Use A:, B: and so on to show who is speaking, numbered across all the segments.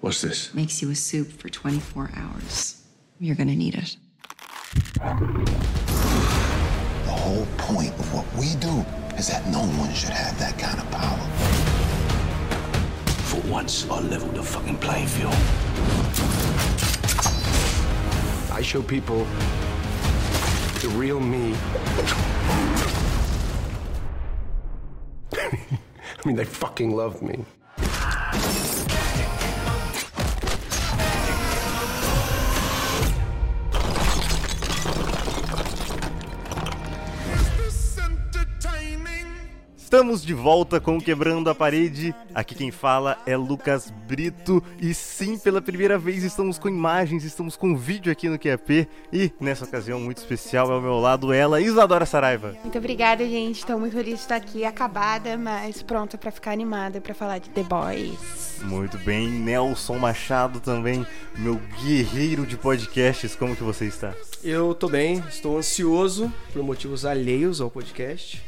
A: What's this?
B: Makes you a soup for 24 hours. You're gonna need it.
C: The whole point of what we do is that no one should have that kind of power.
D: For once, I leveled the fucking playing field.
E: I show people the real me. I mean, they fucking love me.
F: Estamos de volta com Quebrando a Parede. Aqui quem fala é Lucas Brito. E sim, pela primeira vez estamos com imagens, estamos com vídeo aqui no QAP. E nessa ocasião muito especial, ao meu lado, ela, Isadora Saraiva.
G: Muito obrigada, gente. Estou muito feliz de estar aqui, acabada, mas pronta para ficar animada para falar de The Boys.
F: Muito bem, Nelson Machado também, meu guerreiro de podcasts. Como que você está?
H: Eu tô bem, estou ansioso por motivos alheios ao podcast,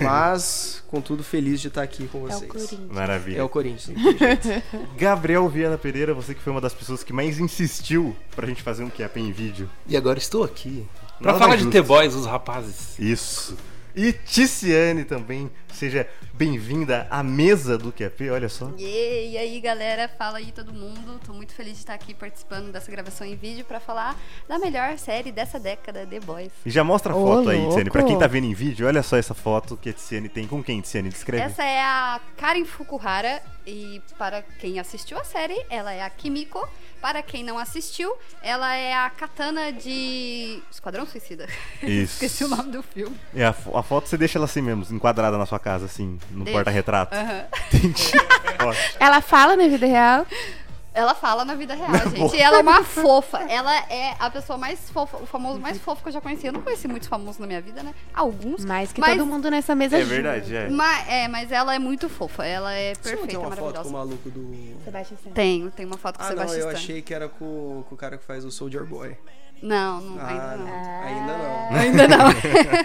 H: mas, contudo, feliz de estar aqui
G: É
H: com
G: o
H: vocês.
G: Corinthians.
F: Maravilha.
H: É o Corinthians. não tem jeito.
F: Gabriel Viana Pereira, você que foi uma das pessoas que mais insistiu pra gente fazer um QAP em vídeo.
E: E agora estou aqui.
F: Nada
E: Pra
F: mais
E: falar de
F: justo.
E: The Boys, os rapazes.
F: Isso. E Ticiane também, seja bem-vinda à mesa do QAP, olha só.
I: Yeah, e aí galera, fala aí todo mundo. Tô muito feliz de estar aqui participando dessa gravação em vídeo pra falar da melhor série dessa década, The Boys.
F: E já mostra a
G: Ô,
F: foto aí,
G: louco.
F: Ticiane. Pra quem tá vendo em vídeo, olha só essa foto que a Ticiane tem. Com quem, Ticiane? Descreve.
I: Essa é a Karen Fukuhara e para quem assistiu a série, ela é a Kimiko. Para quem não assistiu, ela é a Katana de Esquadrão Suicida.
F: Isso.
I: Esqueci o nome do filme.
F: É, a, fo- a foto você deixa ela assim mesmo, enquadrada na sua casa, assim, no
I: Deixa.
F: porta-retrato.
I: Aham.
F: Entendi. Ótimo.
G: Ela fala na vida real.
I: Ela fala na vida real, gente. E ela é uma fofa. Ela é a pessoa mais fofa, o famoso mais fofo que eu já conheci. Eu não conheci muitos famosos na minha vida, né? Alguns.
G: Mais que todo mundo nessa mesa
F: É
G: junto.
F: verdade, é.
I: Mas, é, mas ela é muito fofa. Ela é
H: Você não
I: perfeita,
H: tem uma foto com
I: maravilhosa.
H: o maluco do...
G: Sebastião Stan.
I: Tenho, tem uma foto com o
H: Ah, não,
I: Sebastião
H: eu
I: Stan.
H: achei que era com, com o cara que faz o Soldier Boy.
I: Não, não,
H: Ah,
I: ainda não.
H: não. ainda não.
I: Ainda não.
H: A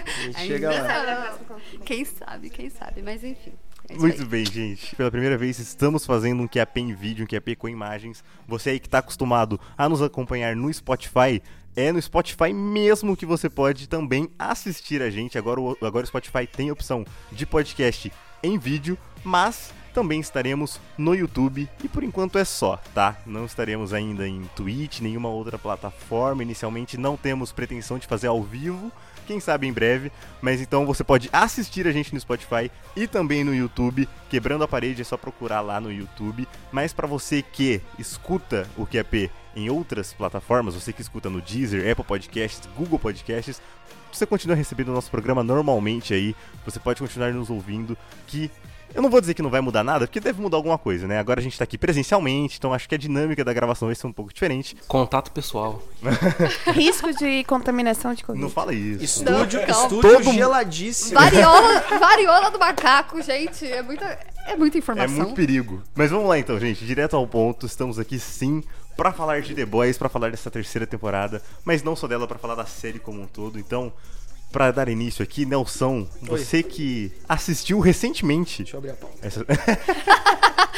H: gente
I: Ainda
H: chega lá.
I: não. Quem sabe, quem sabe, mas enfim. é isso
F: Muito
I: aí.
F: bem, gente. Pela primeira vez estamos fazendo um QAP em vídeo, um QAP com imagens. Você aí que tá acostumado a nos acompanhar no Spotify, é no Spotify mesmo que você pode também assistir a gente. Agora o, agora o Spotify tem a opção de podcast em vídeo, mas também estaremos no YouTube e por enquanto é só, tá? Não estaremos ainda em Twitch, nenhuma outra plataforma. Inicialmente não temos pretensão de fazer ao vivo, quem sabe em breve. Mas então você pode assistir a gente no Spotify e também no YouTube. Quebrando a parede é só procurar lá no YouTube. Mas pra você que escuta o QAP em outras plataformas, você que escuta no Deezer, Apple Podcasts, Google Podcasts, você continua recebendo o nosso programa normalmente aí. Você pode continuar nos ouvindo que eu não vou dizer que não vai mudar nada, porque deve mudar alguma coisa, né? Agora a gente tá aqui presencialmente, então acho que a dinâmica da gravação vai ser um pouco diferente.
E: Contato pessoal.
G: Risco de contaminação de Covid.
F: Não fala isso.
H: Estúdio,
I: calma.
H: estúdio
F: Todo mundo-
H: geladíssimo.
I: Variola, variola do macaco, gente. É muita, é muita
F: É
I: informação.
F: muito perigo. Mas vamos lá então, gente, direto ao ponto. Estamos aqui sim pra falar de The Boys, pra falar dessa terceira temporada, mas não só dela, pra falar da série como um todo. Então, pra dar início aqui, Nelson, você que assistiu recentemente
H: Deixa eu abrir a pauta.
F: essa-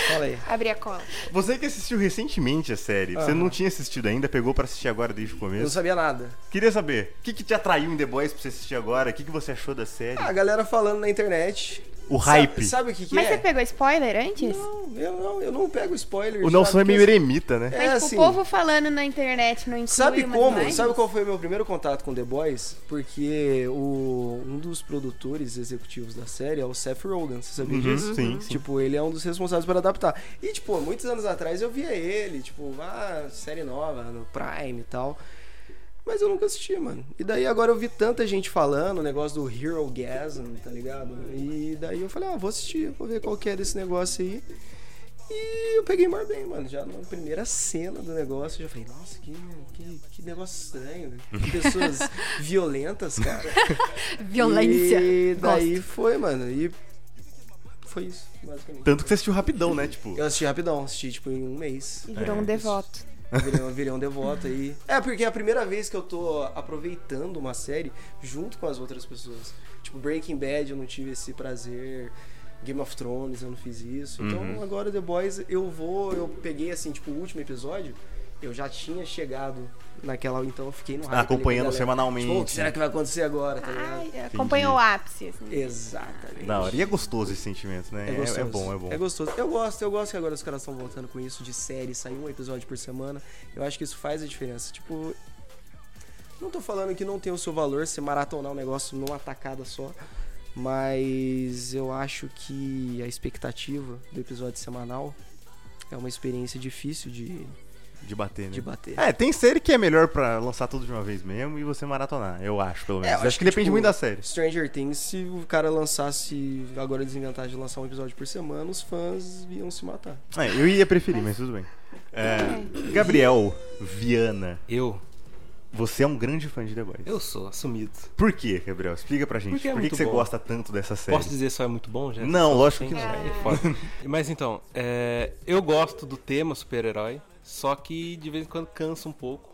H: Fala aí.
G: Abri a cola.
F: você que assistiu recentemente a série, você não tinha assistido ainda, pegou pra assistir agora desde o
H: Eu não
F: começo.
H: sabia nada.
F: Queria saber, o que, que te atraiu em The Boys pra você assistir agora? O que, que você achou da série?
H: Ah, a galera falando na internet.
F: O
H: Sabe-
F: hype.
H: Sabe, o que, que
G: Mas
H: é?
G: você pegou spoiler antes?
H: Não, eu não, eu não pego spoiler.
F: o Nelson
H: sabe?
F: é meio
H: Porque-
F: eremita, né?
H: É,
G: Mas tipo,
H: assim,
G: o povo falando na internet não inclui
H: Sabe
G: umas
H: como?
G: imagens?
H: Sabe qual foi o meu primeiro contato com The Boys? Porque o, um dos produtores executivos da série é o Seth Rogen, você sabia
F: Uhum,
H: disso?
F: sim, sim.
H: Tipo, ele é um dos responsáveis por adaptar. E, tipo, muitos anos atrás eu via ele, tipo, ah, série nova, no Prime e tal. Mas eu nunca assisti, mano. E daí agora eu vi tanta gente falando, o negócio do Hero Gasm, tá ligado? E daí eu falei, ah, vou assistir, vou ver qual que é desse negócio aí. E eu peguei mar bem, mano. Já na primeira cena do negócio, eu já falei, nossa, que, que, que negócio estranho. né? Que pessoas violentas, cara.
I: Violência.
H: E daí
I: Gosto.
H: foi, mano. E foi isso, basicamente.
F: Tanto que você assistiu rapidão, né? Tipo,
H: Eu assisti rapidão, assisti tipo em um mês.
G: E
F: É,
G: virou um devoto.
H: Virei, um- virei um devoto aí. É, porque é a primeira vez que eu tô aproveitando uma série junto com as outras pessoas. Tipo, Breaking Bad eu não tive esse prazer. Game of Thrones, eu não fiz isso.
F: Uhum.
H: Então agora The Boys eu vou, eu peguei assim, tipo, o último episódio, eu já tinha chegado naquela, então eu fiquei no hype ali com a
F: Acompanhando
H: galera.
F: semanalmente.
H: Tipo, o que será que vai acontecer agora? tá ligado?
G: Ai, acompanhou o ápice. assim.
H: Exatamente.
F: Da hora. E é gostoso esse sentimento, né? É,
H: gostoso.
F: é bom, é bom.
H: É gostoso. Eu gosto, eu gosto que agora os caras estão voltando com isso de série, sair um episódio por semana. Eu acho que isso faz a diferença. Tipo, não tô falando que não tem o seu valor se maratonar um negócio numa tacada só. Mas eu acho que a expectativa do episódio semanal é uma experiência difícil de,
F: De bater, né?
H: de bater.
F: É, tem série que é melhor pra lançar tudo de uma vez mesmo e você maratonar, eu acho, pelo menos.
H: eu
F: acho, que, depende
H: tipo,
F: muito da série.
H: Stranger Things, se o cara lançasse. Agora eles inventaram de lançar um episódio por semana, os fãs iam se matar.
F: É, eu ia preferir, mas tudo bem. É, Gabriel Viana,
E: Eu,
F: você é um grande fã de The Boys.
E: eu sou assumido.
F: Por que, Gabriel? Explica pra gente.
E: Porque é
F: Por que, que
E: muito
F: você
E: bom.
F: gosta tanto dessa série?
E: Posso dizer só é muito bom, já?
F: Não, lógico que não.
E: É foda. Mas então, é, eu gosto do tema super-herói, só que de vez em quando cansa um pouco.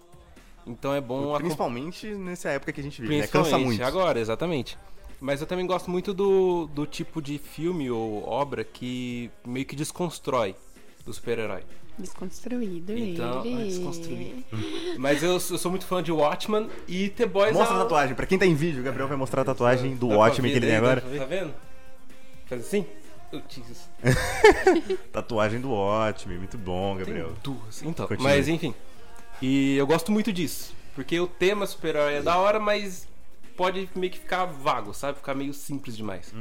E: Então é bom acompanhar.
F: Principalmente nessa época que a gente vive, né?
E: Principalmente,
F: Cansa muito.
E: agora, exatamente. Mas eu também gosto muito do, do tipo de filme ou obra que meio que desconstrói o super-herói.
G: Desconstruído
E: Então,
G: ele.
E: ah, desconstruído. Mas eu, sou- eu sou muito fã de Watchmen e The Boys
F: Hum. Mostra
E: é
F: a
E: um-
F: tatuagem. Pra quem tá em vídeo, o Gabriel vai mostrar a tatuagem do
E: Dá pra
F: Watchmen
E: ver
F: que ele
E: daí,
F: tem
E: dá
F: agora.
E: pra ver? Tá vendo? Faz assim? Oh, Jesus.
F: Tatuagem do Watchmen, muito bom, Gabriel.
E: Duas. Então,
F: Continue.
E: mas enfim. E eu gosto muito disso. Porque o tema super-herói é da hora, mas pode meio que ficar vago, sabe? Ficar meio simples demais.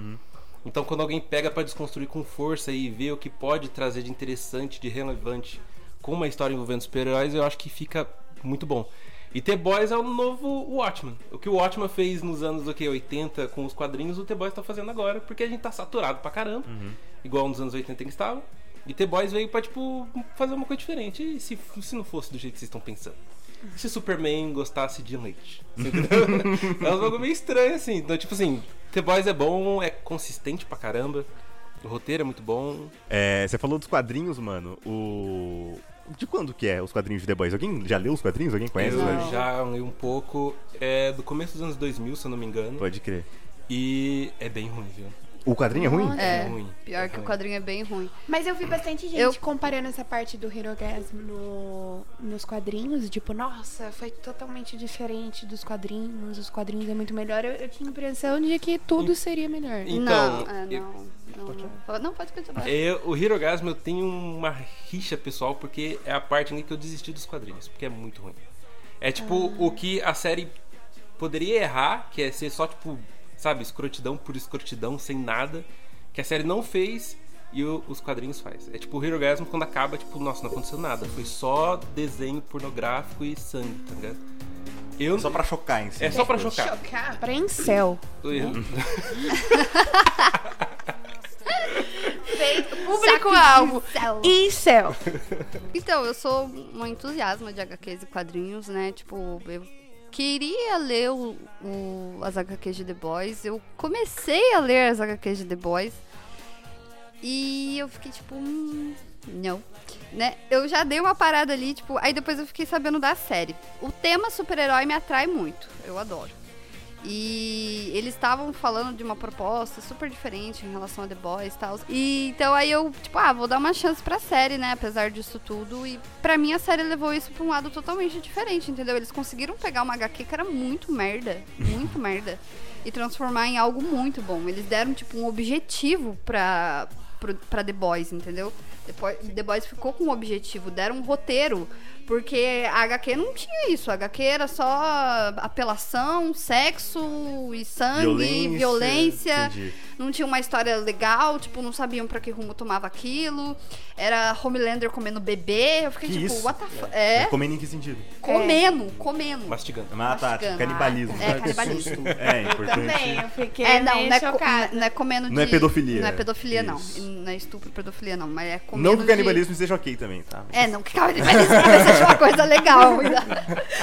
E: Então quando alguém pega pra desconstruir com força e vê o que pode trazer de interessante, de relevante com uma história envolvendo super-heróis, eu acho que fica muito bom. E The Boys é o novo Watchmen. O que o Watchmen fez nos anos o quê, 80 com os quadrinhos, o The Boys tá fazendo agora, porque a gente tá saturado pra caramba, igual nos anos 80 que estava. E The Boys veio pra, tipo, fazer uma coisa diferente, e se, se não fosse do jeito que vocês estão pensando. Se Superman gostasse de leite. Você entendeu? é um jogo meio estranho, assim. Então, tipo assim, The Boys é bom, é consistente pra caramba. O roteiro é muito bom.
F: É, você falou dos quadrinhos, mano. O. De quando que é os quadrinhos de The Boys? Alguém já leu os quadrinhos? Alguém conhece? os
E: eu
F: quadrinhos?
E: já li um pouco. É do começo dos anos 2000, se eu não me engano.
F: Pode crer.
E: E é bem ruim, viu?
F: O quadrinho é ruim?
I: É,
E: ruim.
I: pior que o quadrinho é bem ruim.
G: Mas eu vi bastante gente
I: Eu-
G: comparando essa parte do Hirogasmo no- nos quadrinhos. Tipo, nossa, foi totalmente diferente dos quadrinhos. Os quadrinhos é muito melhor. Eu, eu tinha a impressão de que tudo seria melhor.
E: Então,
I: não, é, não,
E: eu-
I: não, não. Não, pode continuar.
E: Eu, o Hirogasmo eu tenho uma rixa pessoal porque é a parte em que eu desisti dos quadrinhos, porque é muito ruim. É tipo o que a série poderia errar, que é ser só tipo, sabe, escrotidão por escrotidão, sem nada, que a série não fez e o- os quadrinhos faz. É tipo o Hirogasmo quando acaba, tipo, nossa, não aconteceu nada, foi só desenho pornográfico e sangue, tá ligado? Eu,
F: É Só pra chocar em si.
E: é só pra chocar.
G: Chocar pra incel.
E: Tô errando.
I: Público-alvo.
G: Incel.
I: Então, eu sou um entusiasma de HQs e quadrinhos, né? Tipo, eu queria ler o, o- as HQs de The Boys. Eu comecei a ler as HQs de The Boys. E eu fiquei tipo, hum, não. Né? Eu já dei uma parada ali, tipo, aí depois eu fiquei sabendo da série. O tema super-herói me atrai muito. Eu adoro. E eles estavam falando de uma proposta super diferente em relação a The Boys e tal. E então aí eu, tipo, ah, vou dar uma chance pra série, né? Apesar disso tudo. E pra mim a série levou isso pra um lado totalmente diferente, entendeu? Eles conseguiram pegar uma HQ que era muito merda, muito merda, e transformar em algo muito bom. Eles deram, tipo, um objetivo pra, pro- pra The Boys, entendeu? Depois- The Boys ficou com um objetivo, deram um roteiro, porque a HQ não tinha isso. A HQ era só apelação, sexo e sangue, violência.
F: Entendi.
I: Não tinha uma história legal, tipo, não sabiam pra que rumo tomava aquilo. Era Homelander comendo bebê. Eu fiquei
F: Que
I: tipo,
F: isso?
I: what the fuck? É,
F: Comendo em que sentido?
I: comendo, comendo.
E: Mastigando.
F: Ah, tá.
I: Mastigando.
F: Canibalismo.
I: É,
F: sabe?
I: canibalismo.
F: É, importante.
G: Também, eu fiquei
I: É, não,
G: meio
I: não é, co-
G: chocada.
I: não é comendo de...
F: Não é pedofilia.
I: Não é pedofilia, não.
F: Isso.
I: E Não é estupro, pedofilia, não. Mas é comendo
F: Não que o
I: de-
F: canibalismo seja ok também, tá?
I: É, não que canibalismo seja uma coisa legal.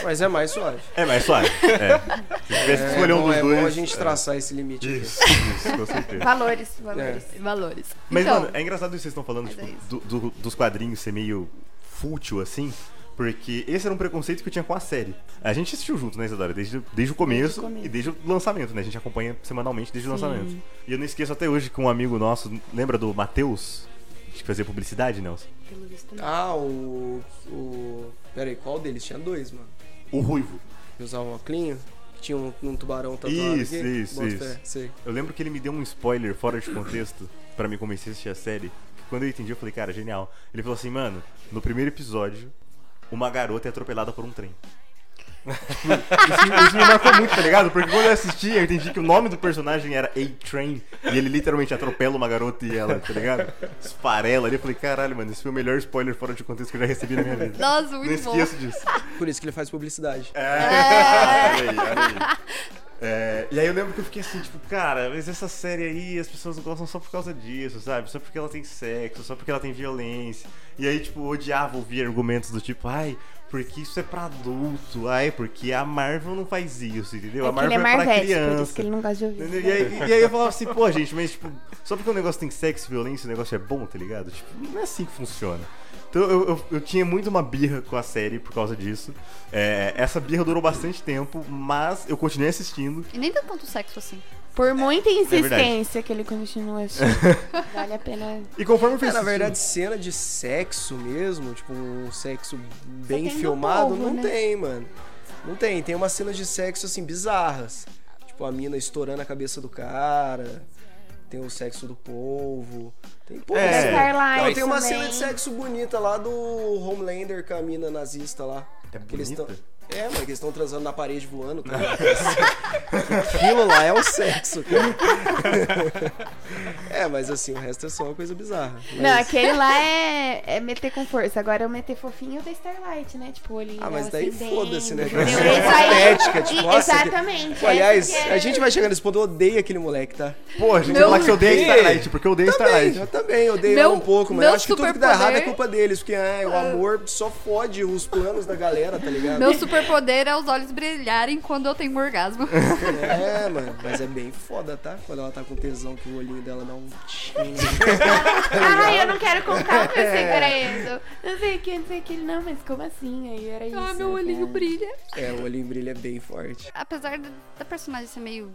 H: Mas é mais suave.
F: É, mas suave. É. Se tivesse que escolher um
H: bom,
F: dos
H: é
F: dois.
H: bom a gente
F: é.
H: traçar esse limite. aqui.
F: Isso, isso, com certeza.
I: valores, valores, É. valores.
F: Mas, é
I: então,
F: mano, é engraçado isso que vocês estão falando,
I: mas
F: tipo,
I: é isso.
F: do- do- dos quadrinhos ser meio fútil, assim. Porque esse era um preconceito que eu tinha com a série. A gente assistiu junto, né, Isadora? Desde, desde o começo e desde o lançamento, né? A gente acompanha semanalmente desde o lançamento. E eu não esqueço até hoje que um amigo nosso, lembra do Matheus? Acho Que fazia publicidade, Nelson?
I: Pelo visto, não.
H: Ah, o. o... Peraí, qual deles? Tinha dois, mano.
F: O Ruivo.
H: Que usava um óculinho, que tinha um, um tubarão tatuado
F: Isso,
H: aqui.
F: isso,
H: Bota
F: isso.
H: fé, sei.
F: Eu lembro que ele me deu um spoiler fora de contexto pra me convencer a assistir a série. que Quando eu entendi, eu falei, cara, genial. Ele falou assim, mano, no primeiro episódio, uma garota é atropelada por um trem. Tipo, isso, me- isso me marcou muito, tá ligado? Porque quando eu assisti, eu entendi que o nome do personagem era A-Train e ele literalmente atropela uma garota e ela, tá ligado? Esfarela ali. Eu falei, caralho, mano, esse foi o melhor spoiler fora de contexto que eu já recebi na minha vida.
I: Nossa,
F: Não
I: muito bom.
F: esqueço disso.
H: Por isso que ele faz publicidade.
F: É. Olha aí, olha aí. É, e aí eu lembro que eu fiquei assim, tipo, cara, mas essa série aí as pessoas gostam só por causa disso, sabe? Só porque ela tem sexo, só porque ela tem violência. E aí, tipo, eu odiava ouvir argumentos do tipo, ai, porque isso é pra adulto, ai, porque a Marvel não faz isso, entendeu? a
G: É que ele
F: Marvel
G: é
F: é, pra
G: Marvete,
F: criança.
G: por isso que ele não gosta de ouvir.
F: Entendeu? E aí, e aí eu falava assim, pô, gente, mas tipo, só porque o negócio tem sexo e violência, o negócio é bom, tá ligado? Tipo, não é assim que funciona. Então eu, eu, eu tinha muito uma birra com a série por causa disso. É, essa birra durou bastante tempo, mas eu continuei assistindo.
I: E nem deu tanto sexo assim.
G: Por muita
F: É verdade.
G: insistência que ele continua assistindo. vale a pena.
F: E conforme eu fui
H: É, na
F: assistindo-
H: verdade, cena de sexo mesmo, tipo, um sexo bem
G: tem do
H: filmado,
G: povo,
H: não
G: né?
H: tem, mano. Não tem. Tem umas cenas de sexo, assim, bizarras. Tipo, a mina estourando a cabeça do cara. Tem o sexo do povo. Tem, pô,
F: É.
H: assim,
A: Ah,
G: Starlight
H: Não, tem uma
G: também.
H: cena de sexo bonita lá do Homelander com a mina nazista lá.
F: É
H: Que eles
F: bonita?
H: tão- É, mano, que eles estão transando na parede voando. Tá? Aquilo lá é o sexo, cara. é, mas assim, o resto é só uma coisa bizarra.
G: Não,
H: Mas-
G: aquele lá é, é meter com força. Agora eu meter fofinho da Starlight, né? Tipo, ele.
H: Ah, mas daí foda-se, né?
G: Entendeu?
H: Isso
G: É
H: é
G: isso aí.
H: patética, tipo,
G: E-
H: nossa, que-
G: Exatamente.
H: Pô, aliás,
G: essa que é-
H: a gente vai chegar nesse ponto, eu odeio aquele moleque, tá?
F: Pô, gente,
I: Meu
F: falar que eu odeio
H: quê?
F: Starlight, porque eu odeio
H: Também, eu
F: Starlight.
H: também odeio
I: Meu-
H: ela um pouco, mas
I: meu
H: eu acho que tudo que dá errado é
I: superpoder-
H: culpa deles, porque ah, o amor só fode os planos da galera, tá ligado?
I: Meu superpoder é os olhos brilharem quando eu tenho um orgasmo.
H: É, mano, mas é bem foda, tá? Quando ela tá com tesão, que o olhinho dela dá um tchim.
G: Ai, eu não quero contar o meu segredo. Não sei o que, não sei o que. Não, mas como assim? Aí era isso.
I: ah, meu olhinho
G: tá?
I: brilha.
H: É, o olhinho brilha bem forte.
I: Apesar da da personagem ser meio.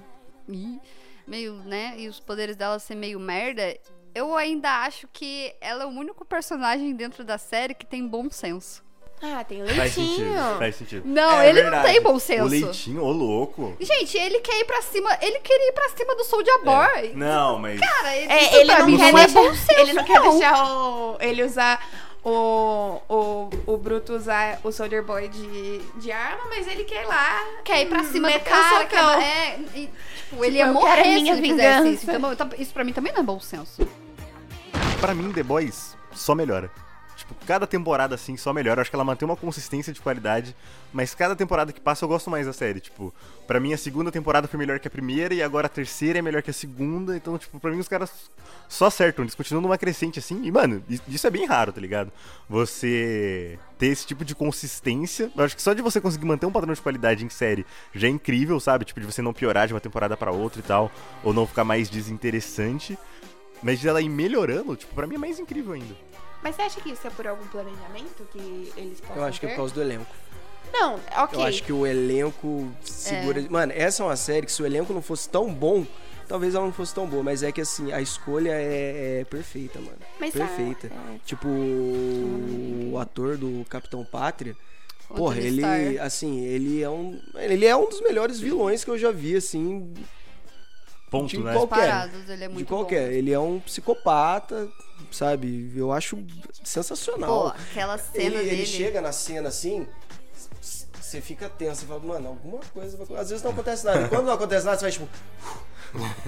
I: Ih, meio, né? E os poderes dela ser meio merda. Eu ainda acho que ela é o único personagem dentro da série que tem bom senso.
G: Ah, tem
F: Faz sentido,
G: leitinho.
F: faz sentido.
I: Não,
F: É
I: ele
F: verdade.
I: não tem bom senso.
F: O leitinho, ô louco.
I: Gente, ele quer ir pra cima. Ele queria ir pra cima do Soulja Boy.
F: Não, mas.
I: Cara, ele, isso
G: É, ele
I: pra
G: não
I: mim
G: quer
I: não é
G: deixar,
I: bom senso.
G: ele não quer
I: não.
G: deixar o, ele usar o, o, o Bruto usar o Soldier Boy de, de arma, mas ele quer ir lá.
I: Quer ir pra cima do
G: meter o
I: cara, quer,
G: socão.
I: é, e, tipo, ele
G: Hum, Tipo, eu
I: ia
G: quero a
I: morrer se
G: minha
I: ele fizesse isso.
G: vingança.
I: Então, então, isso pra mim também não é bom senso.
F: Pra mim, The Boys só melhora. Tipo, cada temporada, assim, só melhora. Eu acho que ela mantém uma consistência de qualidade, mas cada temporada que passa eu gosto mais da série. Tipo, pra mim a segunda temporada foi melhor que a primeira e agora a terceira é melhor que a segunda. Então, tipo, pra mim os caras só acertam. Eles continuam numa crescente, assim. E, mano, i- isso é bem raro, tá ligado? Você ter esse tipo de consistência. Eu acho que só de você conseguir manter um padrão de qualidade em série já é incrível, sabe? Tipo, de você não piorar de uma temporada pra outra e tal, ou não ficar mais desinteressante. Mas ela ir melhorando, tipo, pra mim é mais incrível ainda.
G: Mas você acha que isso é por algum planejamento que eles possam
H: Eu acho que é
G: ter?
H: por causa do elenco.
G: Não, ok.
H: Eu acho que o elenco segura. Mano, essa é uma série que se o elenco não fosse tão bom, talvez ela não fosse tão boa. Mas é que assim, a escolha é, é perfeita, mano.
G: Mas a-
H: perfeita. Tipo, o ator do Capitão Pátria. Porra,
I: Anthony
H: ele,
I: Starr.
H: assim, ele é um. Ele é um dos melhores vilões que eu já vi, assim,
F: Ponto,
H: de
F: né?
H: qualquer.
I: Parados, ele é muito
H: de qualquer.
I: bom.
H: Ele é um psicopata, sabe? Eu acho sensacional.
I: Pô, aquela cena
H: ele,
I: dele.
H: ele chega na cena assim, s- você fica tenso, você fala, mano, alguma coisa vai acontecer. Às vezes não acontece nada. E quando não acontece nada, você vai tipo.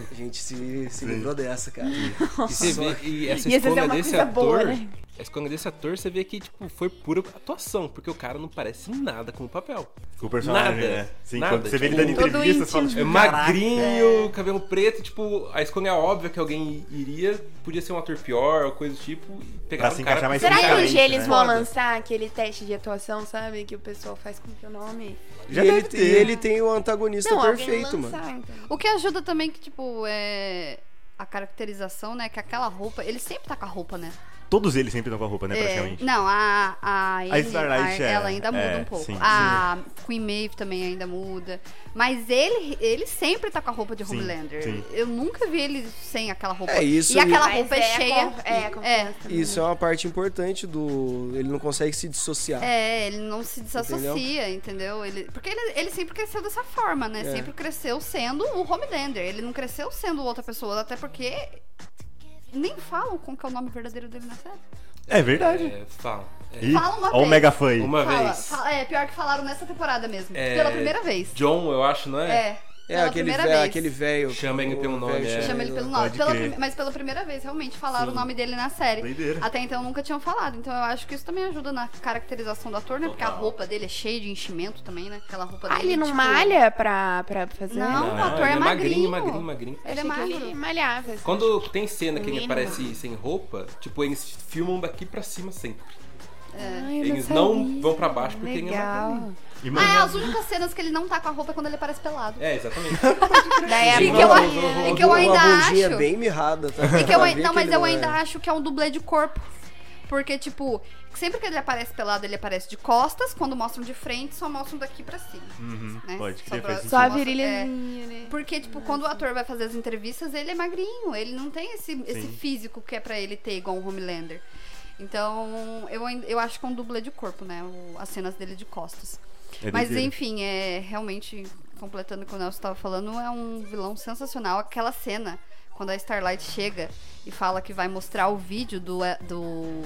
H: A gente se, se livrou dessa, cara.
E: E, você vê, e essa
G: E às vezes é
E: escolha
G: uma
E: desse
G: coisa
E: ator.
G: boa, né?
E: A escolha desse ator, você vê que tipo, foi pura atuação, porque o cara não parece nada com o papel.
F: O personagem,
E: Nada.
F: né? Sim,
E: Nada,
F: quando você vê ele
E: tipo,
F: dando
G: todo
F: entrevista, você fala, tipo,
E: É
F: "Caraca." é.
E: magrinho, cabelo preto, tipo, a escolha óbvia que alguém iria, podia ser um ator pior ou coisa do tipo, e pegar
F: Pra se
E: um cara
F: encaixar
H: é
F: mais
G: Será que hoje
F: Diferente,
G: eles
F: né?
G: vão
E: Foda.
G: lançar aquele teste de atuação, sabe? Que o pessoal faz com que o nome.
F: Já
H: e, ele,
F: deve ter.
H: e ele tem o antagonista
G: alguém
H: é perfeito, mano.
G: lançar, então.
I: O que ajuda também que, tipo, é. A caracterização, né? Que aquela roupa. Ele sempre tá com a roupa, né?
F: Todos eles sempre estão com a roupa, né,
I: É,
F: praticamente.
I: não, a, a, Anne,
F: Starlight
I: a-
F: é-
I: ela ainda muda
F: é,
I: um pouco.
F: sim,
I: a Queen Maeve também ainda muda. Mas ele, ele sempre tá com a roupa de
F: Sim,
I: Homelander.
F: sim.
I: Eu nunca vi ele sem aquela roupa.
H: É, isso-
I: E aquela
A: Mas
I: roupa é,
A: é
I: cheia.
A: con- é, confiança
H: Isso
I: né?
H: é uma parte importante do. Ele não consegue se dissociar.
I: É, ele não se desassocia, entendeu? Ele, porque ele, ele sempre cresceu dessa forma, né? Sempre cresceu sendo o Homelander. Ele não cresceu sendo outra pessoa, até porque nem falam como que é o nome verdadeiro dele na série.
F: É verdade.
E: É, fala. É,
F: Ih,
I: Fala uma
F: ó o
I: vez.
F: mega fã aí.
E: uma
I: Fala-
E: vez.
I: fala- é, pior que falaram nessa temporada mesmo.
E: É,
I: Pela primeira vez.
E: John, eu acho, não é?
I: É.
H: É,
I: pela
H: aquele,
I: primeira
H: vé-
I: vez.
H: aquele velho.
E: Chama ele pelo
H: o
E: nome,
H: velho
E: é.
I: Chama ele pelo nome.
F: Pode
I: Pela
F: crer.
I: prim- mas pela primeira vez, realmente, falaram o nome dele na série.
F: Doideira.
I: Até então nunca tinham falado. Então eu acho que isso também ajuda na caracterização do ator, né? Porque a roupa dele é cheia de enchimento também, né? Aquela roupa
A: Ah,
I: dele.
A: ele não
I: tipo-
A: malha pra, pra fazer?
I: Não, o
E: Não,
I: ator
E: ele
I: é,
E: é magrinho,
I: magrinho.
E: magrinho, magrinho.
I: Ele é
A: Achei que
I: magro.
A: ele malhava. assim.
E: Quando tem cena que ele
A: Mínimo.
E: aparece sem roupa, tipo, eles filmam daqui pra cima sempre.
G: né?
A: Ai, eu
E: Eles não
A: sabia.
E: vão pra baixo porque ele é
A: Legal.
E: magrinho.
F: E,
I: Ah, é
F: mano,
I: as únicas cenas que ele não tá com a roupa é quando ele aparece pelado.
E: É, exatamente.
A: Daí
H: É,
A: a
I: E que
A: bolinha,
I: eu-
A: né?
I: e É que eu ainda
H: uma bundinha
I: acho-
H: um bem mirrada. Tá?
I: É que eu
H: Pra
I: ai-
H: ver
I: não,
H: que
I: mas
H: ele
I: eu
H: não é.
I: ainda acho que é um dublê de corpo. Porque, tipo, sempre que ele aparece pelado, ele aparece de costas. Quando mostram de frente, só mostram daqui pra cima.
H: Hum.
I: né?
F: uhum. pode crer,
I: pra-
F: faz
A: Só a
I: mostra- é.
A: virilhazinha, né?
I: Porque, tipo, quando o ator vai fazer as entrevistas, ele é magrinho. Ele não tem esse, esse físico que é pra ele ter, igual um Homelander. Então, eu, ain- eu acho que é um dublê de corpo, né? o- as cenas dele de costas.
F: É
I: Mas,
F: doideira.
I: enfim, é realmente, completando o que o Nelson tava falando, é um vilão sensacional. Aquela cena, quando a Starlight chega e fala que vai mostrar o vídeo do, é, do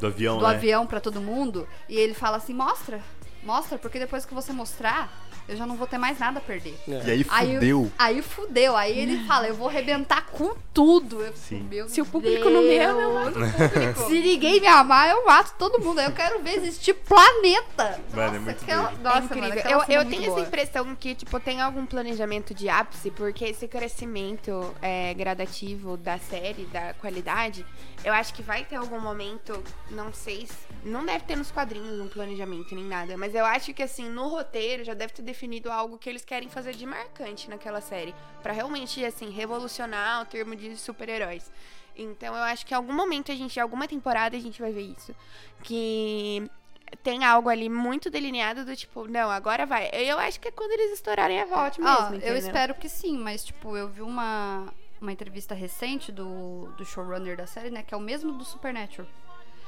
F: do avião,
I: do
F: né?
I: avião pra todo mundo e ele fala assim: mostra, mostra, porque depois que você mostrar, eu já não vou ter mais nada a perder.
F: E aí
I: Aí,
F: fudeu.
I: aí fudeu, aí ele fala, eu vou arrebentar com tudo. Eu fico,
F: Sim.
I: meu
A: Se o público não me ama, eu
I: Deus, público. Se ninguém me amar, eu mato todo mundo. Aí eu quero ver existir planeta.
F: Mano, é
I: Nossa,
F: muito
I: aquela-
F: doido.
I: nossa,
A: é incrível.
I: mano, aquela
A: eu
I: cena é
A: eu
I: muito
A: tenho
I: boa.
A: essa impressão que, tipo, tem algum planejamento de ápice, porque esse crescimento é, gradativo da série, da qualidade, eu acho que vai ter algum momento, não sei, se- não deve ter nos quadrinhos um planejamento nem nada, mas eu acho que, assim, no roteiro já deve ter definido algo que eles querem fazer de marcante naquela série, Pra realmente, assim, revolucionar o termo de super-heróis. Então eu acho que em algum momento a gente, em alguma temporada a gente vai ver isso. Que tem algo ali muito delineado do tipo, não, agora vai. Eu acho que é quando eles estourarem a Vault mesmo.
I: Ó,
A: entendeu?
I: eu espero que sim, mas tipo, eu vi uma, uma entrevista recente do, do showrunner da série, né? Que é o mesmo do Supernatural.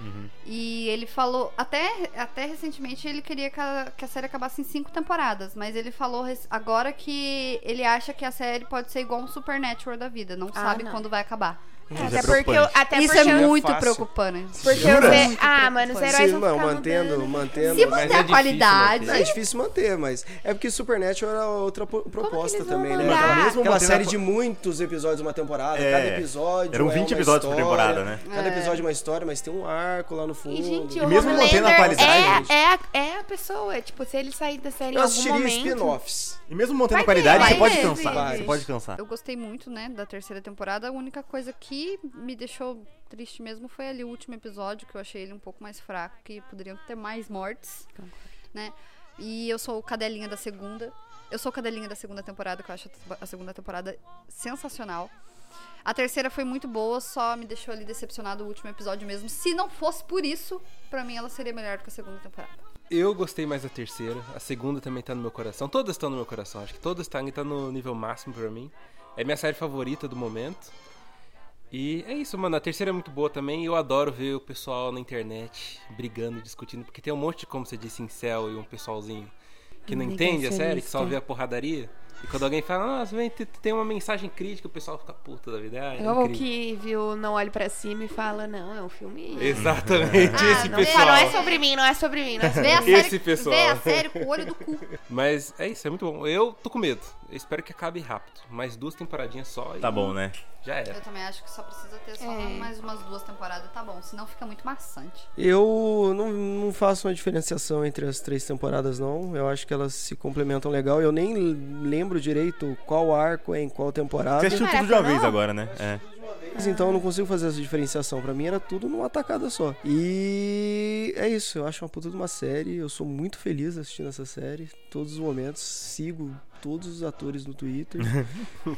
F: Uhum.
I: E ele falou, até, até recentemente ele queria que a, que a série acabasse em cinco temporadas, mas ele falou rec- agora que ele acha que a série pode ser igual um Supernatural da vida, não
A: Ah,
I: sabe
A: não.
I: quando vai acabar.
F: Isso é
A: Até porque eu,
F: preocupante.
A: até
I: Isso
A: porque
I: é
A: eu-
I: muito Tipo assim,
H: fácil.
I: preocupante.
A: porque eu
F: Jura?
A: sei-
I: Muito
A: Ah, mano, os
I: preocupante.
A: heróis
H: Sim,
A: vão
H: mano,
A: ficar
H: mantendo,
A: mudando.
H: mantendo.
I: Se
H: mas-
E: é
I: manter a
E: difícil
I: qualidade,
H: Não, é difícil manter, mas é porque Supernatural era outra po- proposta
A: eles vão
H: também, né?
A: mandar?
H: Aquela-
F: Mesmo mantendo
H: Aquela
F: a
H: série
F: po-
H: de muitos episódios, uma temporada,
F: É.
H: cada episódio.
F: Eram
H: é
F: 20
H: uma
F: episódios por
H: história,
F: temporada, né?
H: Cada episódio é uma história, mas tem um arco lá no fundo.
A: E, gente,
F: E
A: o
F: mesmo mantendo a
A: Homelander
F: qualidade-
A: é, é, a, é a pessoa. Tipo, se ele sair da série
H: eu
A: em algum
H: assistiria
A: momento...
H: spin-offs.
F: E mesmo mantendo
A: Vai
F: a qualidade,
I: ter,
F: você
I: vai
F: pode
I: ter,
F: cansar.
H: vai.
F: Você pode cansar.
I: Eu gostei muito, né, da terceira temporada. A única coisa que me deixou triste mesmo foi ali o último episódio, que eu achei ele um pouco mais fraco, que poderiam ter mais mortes, né? E eu sou o cadelinha da segunda. Eu sou o cadelinha da segunda temporada, que eu acho a segunda temporada sensacional. A terceira foi muito boa, só me deixou ali decepcionado o último episódio mesmo. Se não fosse por isso, pra mim ela seria melhor do que a segunda temporada.
E: Eu gostei mais da terceira. A segunda também tá no meu coração. Todas estão no meu coração. Acho que todas estão tá no nível máximo pra mim. É minha série favorita do momento. E é isso, mano. A terceira é muito boa também. Eu adoro ver o pessoal na internet brigando e discutindo. Porque tem um monte, de, como você disse, incel e um pessoalzinho que não entende a série, que só vê a porradaria. E quando alguém fala, nossa, vem, te- tem uma mensagem crítica, o pessoal fica puta da vida. Ah, é
A: Ou
E: incrível.
A: que viu Não Olhe Pra Cima e fala, não, é um filme...
E: Exatamente,
I: Ah,
E: esse
I: não
E: pessoal.
A: Não é sobre mim, não é sobre mim, não é sobre
I: Vê a série,
E: Esse pessoal.
I: Vê a série com o olho do cu.
E: Mas é isso, é muito bom. Eu tô com medo. Eu espero que acabe rápido. Mais duas temporadinhas só e
F: Tá bom, né?
E: já
I: Eu
E: era.
I: também acho que só precisa ter só
A: É.
I: mais umas duas temporadas, tá bom. Senão fica muito maçante.
H: Eu não, não faço uma diferenciação entre as três temporadas, não. Eu acho que elas se complementam legal. Eu nem lembro direito qual arco é em qual temporada.
F: Você assistiu tudo de uma vez agora, né? É.
H: Mas então eu não consigo fazer essa diferenciação. Pra mim era tudo numa tacada só. E é isso. Eu acho uma puta de uma série. Eu sou muito feliz assistindo essa série. Todos os momentos. Sigo todos os atores no Twitter.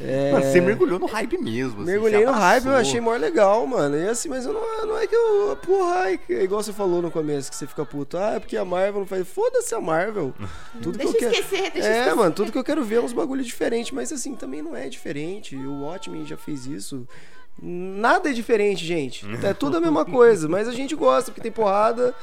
H: É,
F: Mano, você mergulhou no hype mesmo. assim,
H: Mergulhei
F: se
H: no hype, eu
F: abraçou.
H: achei maior legal, mano. E assim, mas eu não, não é que eu. Porra, é que- é igual você falou no começo, que você fica puto. Ah, é porque a Marvel não faz. Foda-se a Marvel. Tudo
A: Deixa
H: que eu
A: eu
H: quero.
A: esquecer, deixa eu
H: É,
A: esquecer.
H: mano, tudo que eu quero ver é uns bagulho diferente, mas assim, também não é diferente. O Watchmen já fez isso. Nada é diferente, gente. É tudo a mesma coisa, mas a gente gosta, porque tem porrada,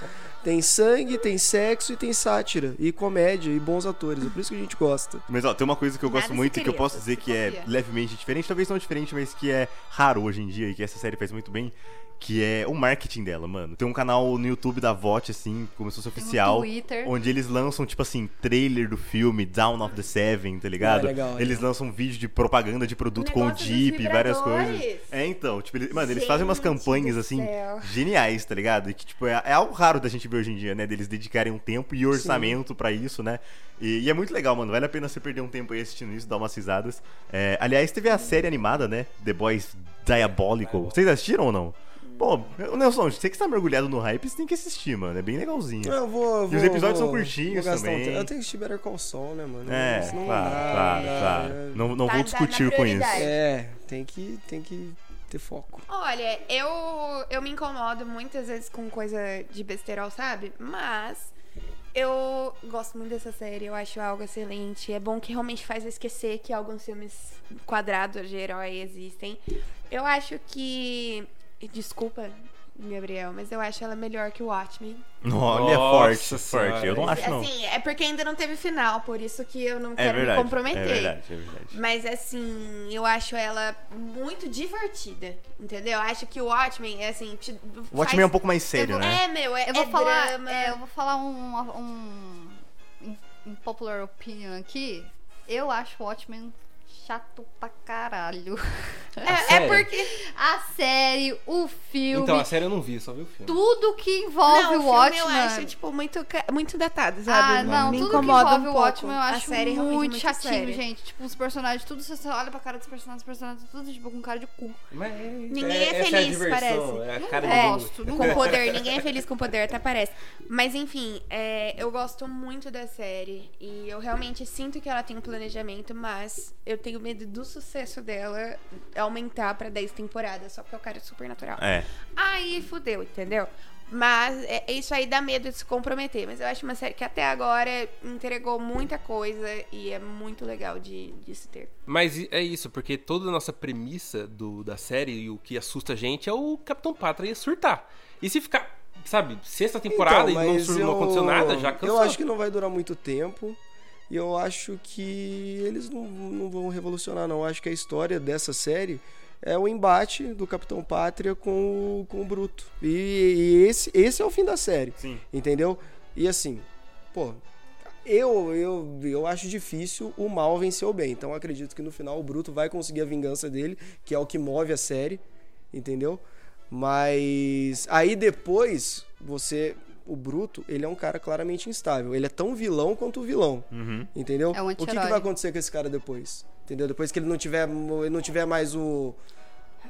H: tem sangue, tem sexo e tem sátira, e comédia, e bons atores. É por isso que a gente gosta.
F: Mas ó, tem uma coisa que eu
A: Nada
F: gosto
A: se
F: muito e que eu
A: cria,
F: posso
A: se
F: dizer que é
A: copia.
F: levemente diferente, talvez não diferente, mas que é raro hoje em dia e que essa série faz muito bem, que é o marketing dela, mano. Tem um canal no YouTube da VOT, assim, como se fosse
I: Tem um
F: oficial,
I: Twitter.
F: onde eles lançam, tipo assim, trailer do filme Down of the Seven, tá ligado?
H: Ah, legal,
F: eles lançam vídeo de propaganda de produto com
A: Um negócio dos
F: Jeep, várias coisas.
A: vibradores.
F: É, então, tipo, eles, mano, eles fazem umas
A: Gente do
F: campanhas, assim,
A: céu.
F: geniais, tá ligado? E que, tipo, é, é algo raro da gente ver hoje em dia, né? Deles dedicarem um tempo e orçamento pra isso, né? E, e é muito legal, mano. Vale a pena você perder um tempo aí assistindo isso, dar umas risadas. É, aliás, teve a série animada, né? The Boys
H: É.
F: Diabolical. Vocês assistiram ou não? Bom, Nelson, você que está mergulhado no hype, você tem que assistir, mano. É bem legalzinho.
H: Eu vou,
F: E os
H: vou-
F: episódios são
H: vou-
F: curtinhos
H: vou gastar um
F: também.
H: tempo. eu tenho que assistir Better Call Saul, né, mano?
F: É,
H: Isso não
F: claro,
H: dá,
F: claro,
H: dá,
F: claro.
H: é.
F: Não, não
A: Tá-
F: vou
A: tá na
F: discutir com isso.
A: prioridade.
H: É, tem que, tem que ter foco.
A: Olha, eu, eu me incomodo muitas vezes com coisa de besterol, sabe? Mas eu gosto muito dessa série, eu acho algo excelente. É bom que realmente faz eu esquecer que alguns filmes quadrados de herói existem. Eu acho que. Desculpa, Gabriel, mas eu acho ela melhor que o Watchmen.
F: Olha, é
E: Nossa
F: forte,
E: senhora.
F: forte. Eu não acho, não.
A: Assim, é porque ainda não teve final, por isso que eu não
F: É
A: quero
F: verdade.
A: me comprometer.
F: É verdade, é verdade.
A: Mas assim, eu acho ela muito divertida, entendeu? Acho que o Watchmen, é assim, te,
F: O Watchmen é um pouco mais sério, né?
A: É, meu, é,
I: Eu vou
A: é
I: falar,
A: drama.
I: é, eu vou falar um, um, um popular opinion aqui. Eu acho o Watchmen chato pra caralho.
A: É, é
E: sério?
A: porque
I: A série, o filme,
E: Então, a série eu não vi, só vi o filme.
I: tudo que envolve
A: não,
I: o
A: o filme
I: Watchmen.
A: eu acho tipo muito ca- muito datado, sabe?
I: Ah, não,
A: me
I: tudo que
A: incomoda
I: envolve
A: um
I: o
A: pouco.
I: Watchmen eu acho
A: a série é
I: muito,
A: realmente muito
I: chatinho,
A: séria.
I: gente. Tipo, os personagens, tudo você olha pra cara dos personagens, os personagens, tudo tipo com cara de cu.
E: Mas
A: Ninguém é
E: essa a
A: feliz,
E: diversão,
A: parece.
E: É a cara
I: É.
E: do jogo.
I: Gosto, não
A: Com poder, ninguém é feliz com poder, até parece. Mas enfim, é, eu gosto muito da série. E eu realmente sinto que ela tem um planejamento, mas eu tenho medo do sucesso dela aumentar pra 10 temporadas, só porque eu quero supernatural.
F: É.
A: Aí fudeu, entendeu? Mas é, isso aí dá medo de se comprometer. Mas eu acho uma série que até agora entregou muita coisa e é muito legal de, de se ter.
E: Mas i- é isso, porque toda a nossa premissa do- da série e o que assusta a gente é o Capitão Pátria surtar. E se ficar, sabe, sexta temporada
H: Então,
E: e não,
H: mas
E: sur- não aconteceu nada, já cansou.
H: Eu acho que não vai durar muito tempo. E eu acho que eles não, não vão revolucionar, não. Eu acho que a história dessa série é o embate do Capitão Pátria com o, com o Bruto. E, e esse, esse é o fim da série.
F: Sim.
H: Entendeu? E assim, pô. Eu, eu, eu acho difícil o mal vencer o bem. Então eu acredito que no final o Bruto vai conseguir a vingança dele, que é o que move a série, entendeu? Mas aí depois você. O Bruto, ele é um cara claramente instável. Ele é tão vilão quanto o vilão.
E: Uhum.
H: Entendeu?
I: É um
H: o que, que
I: anti-herói.
H: vai acontecer com esse cara depois? Entendeu? Depois que ele não tiver, ele não tiver mais o.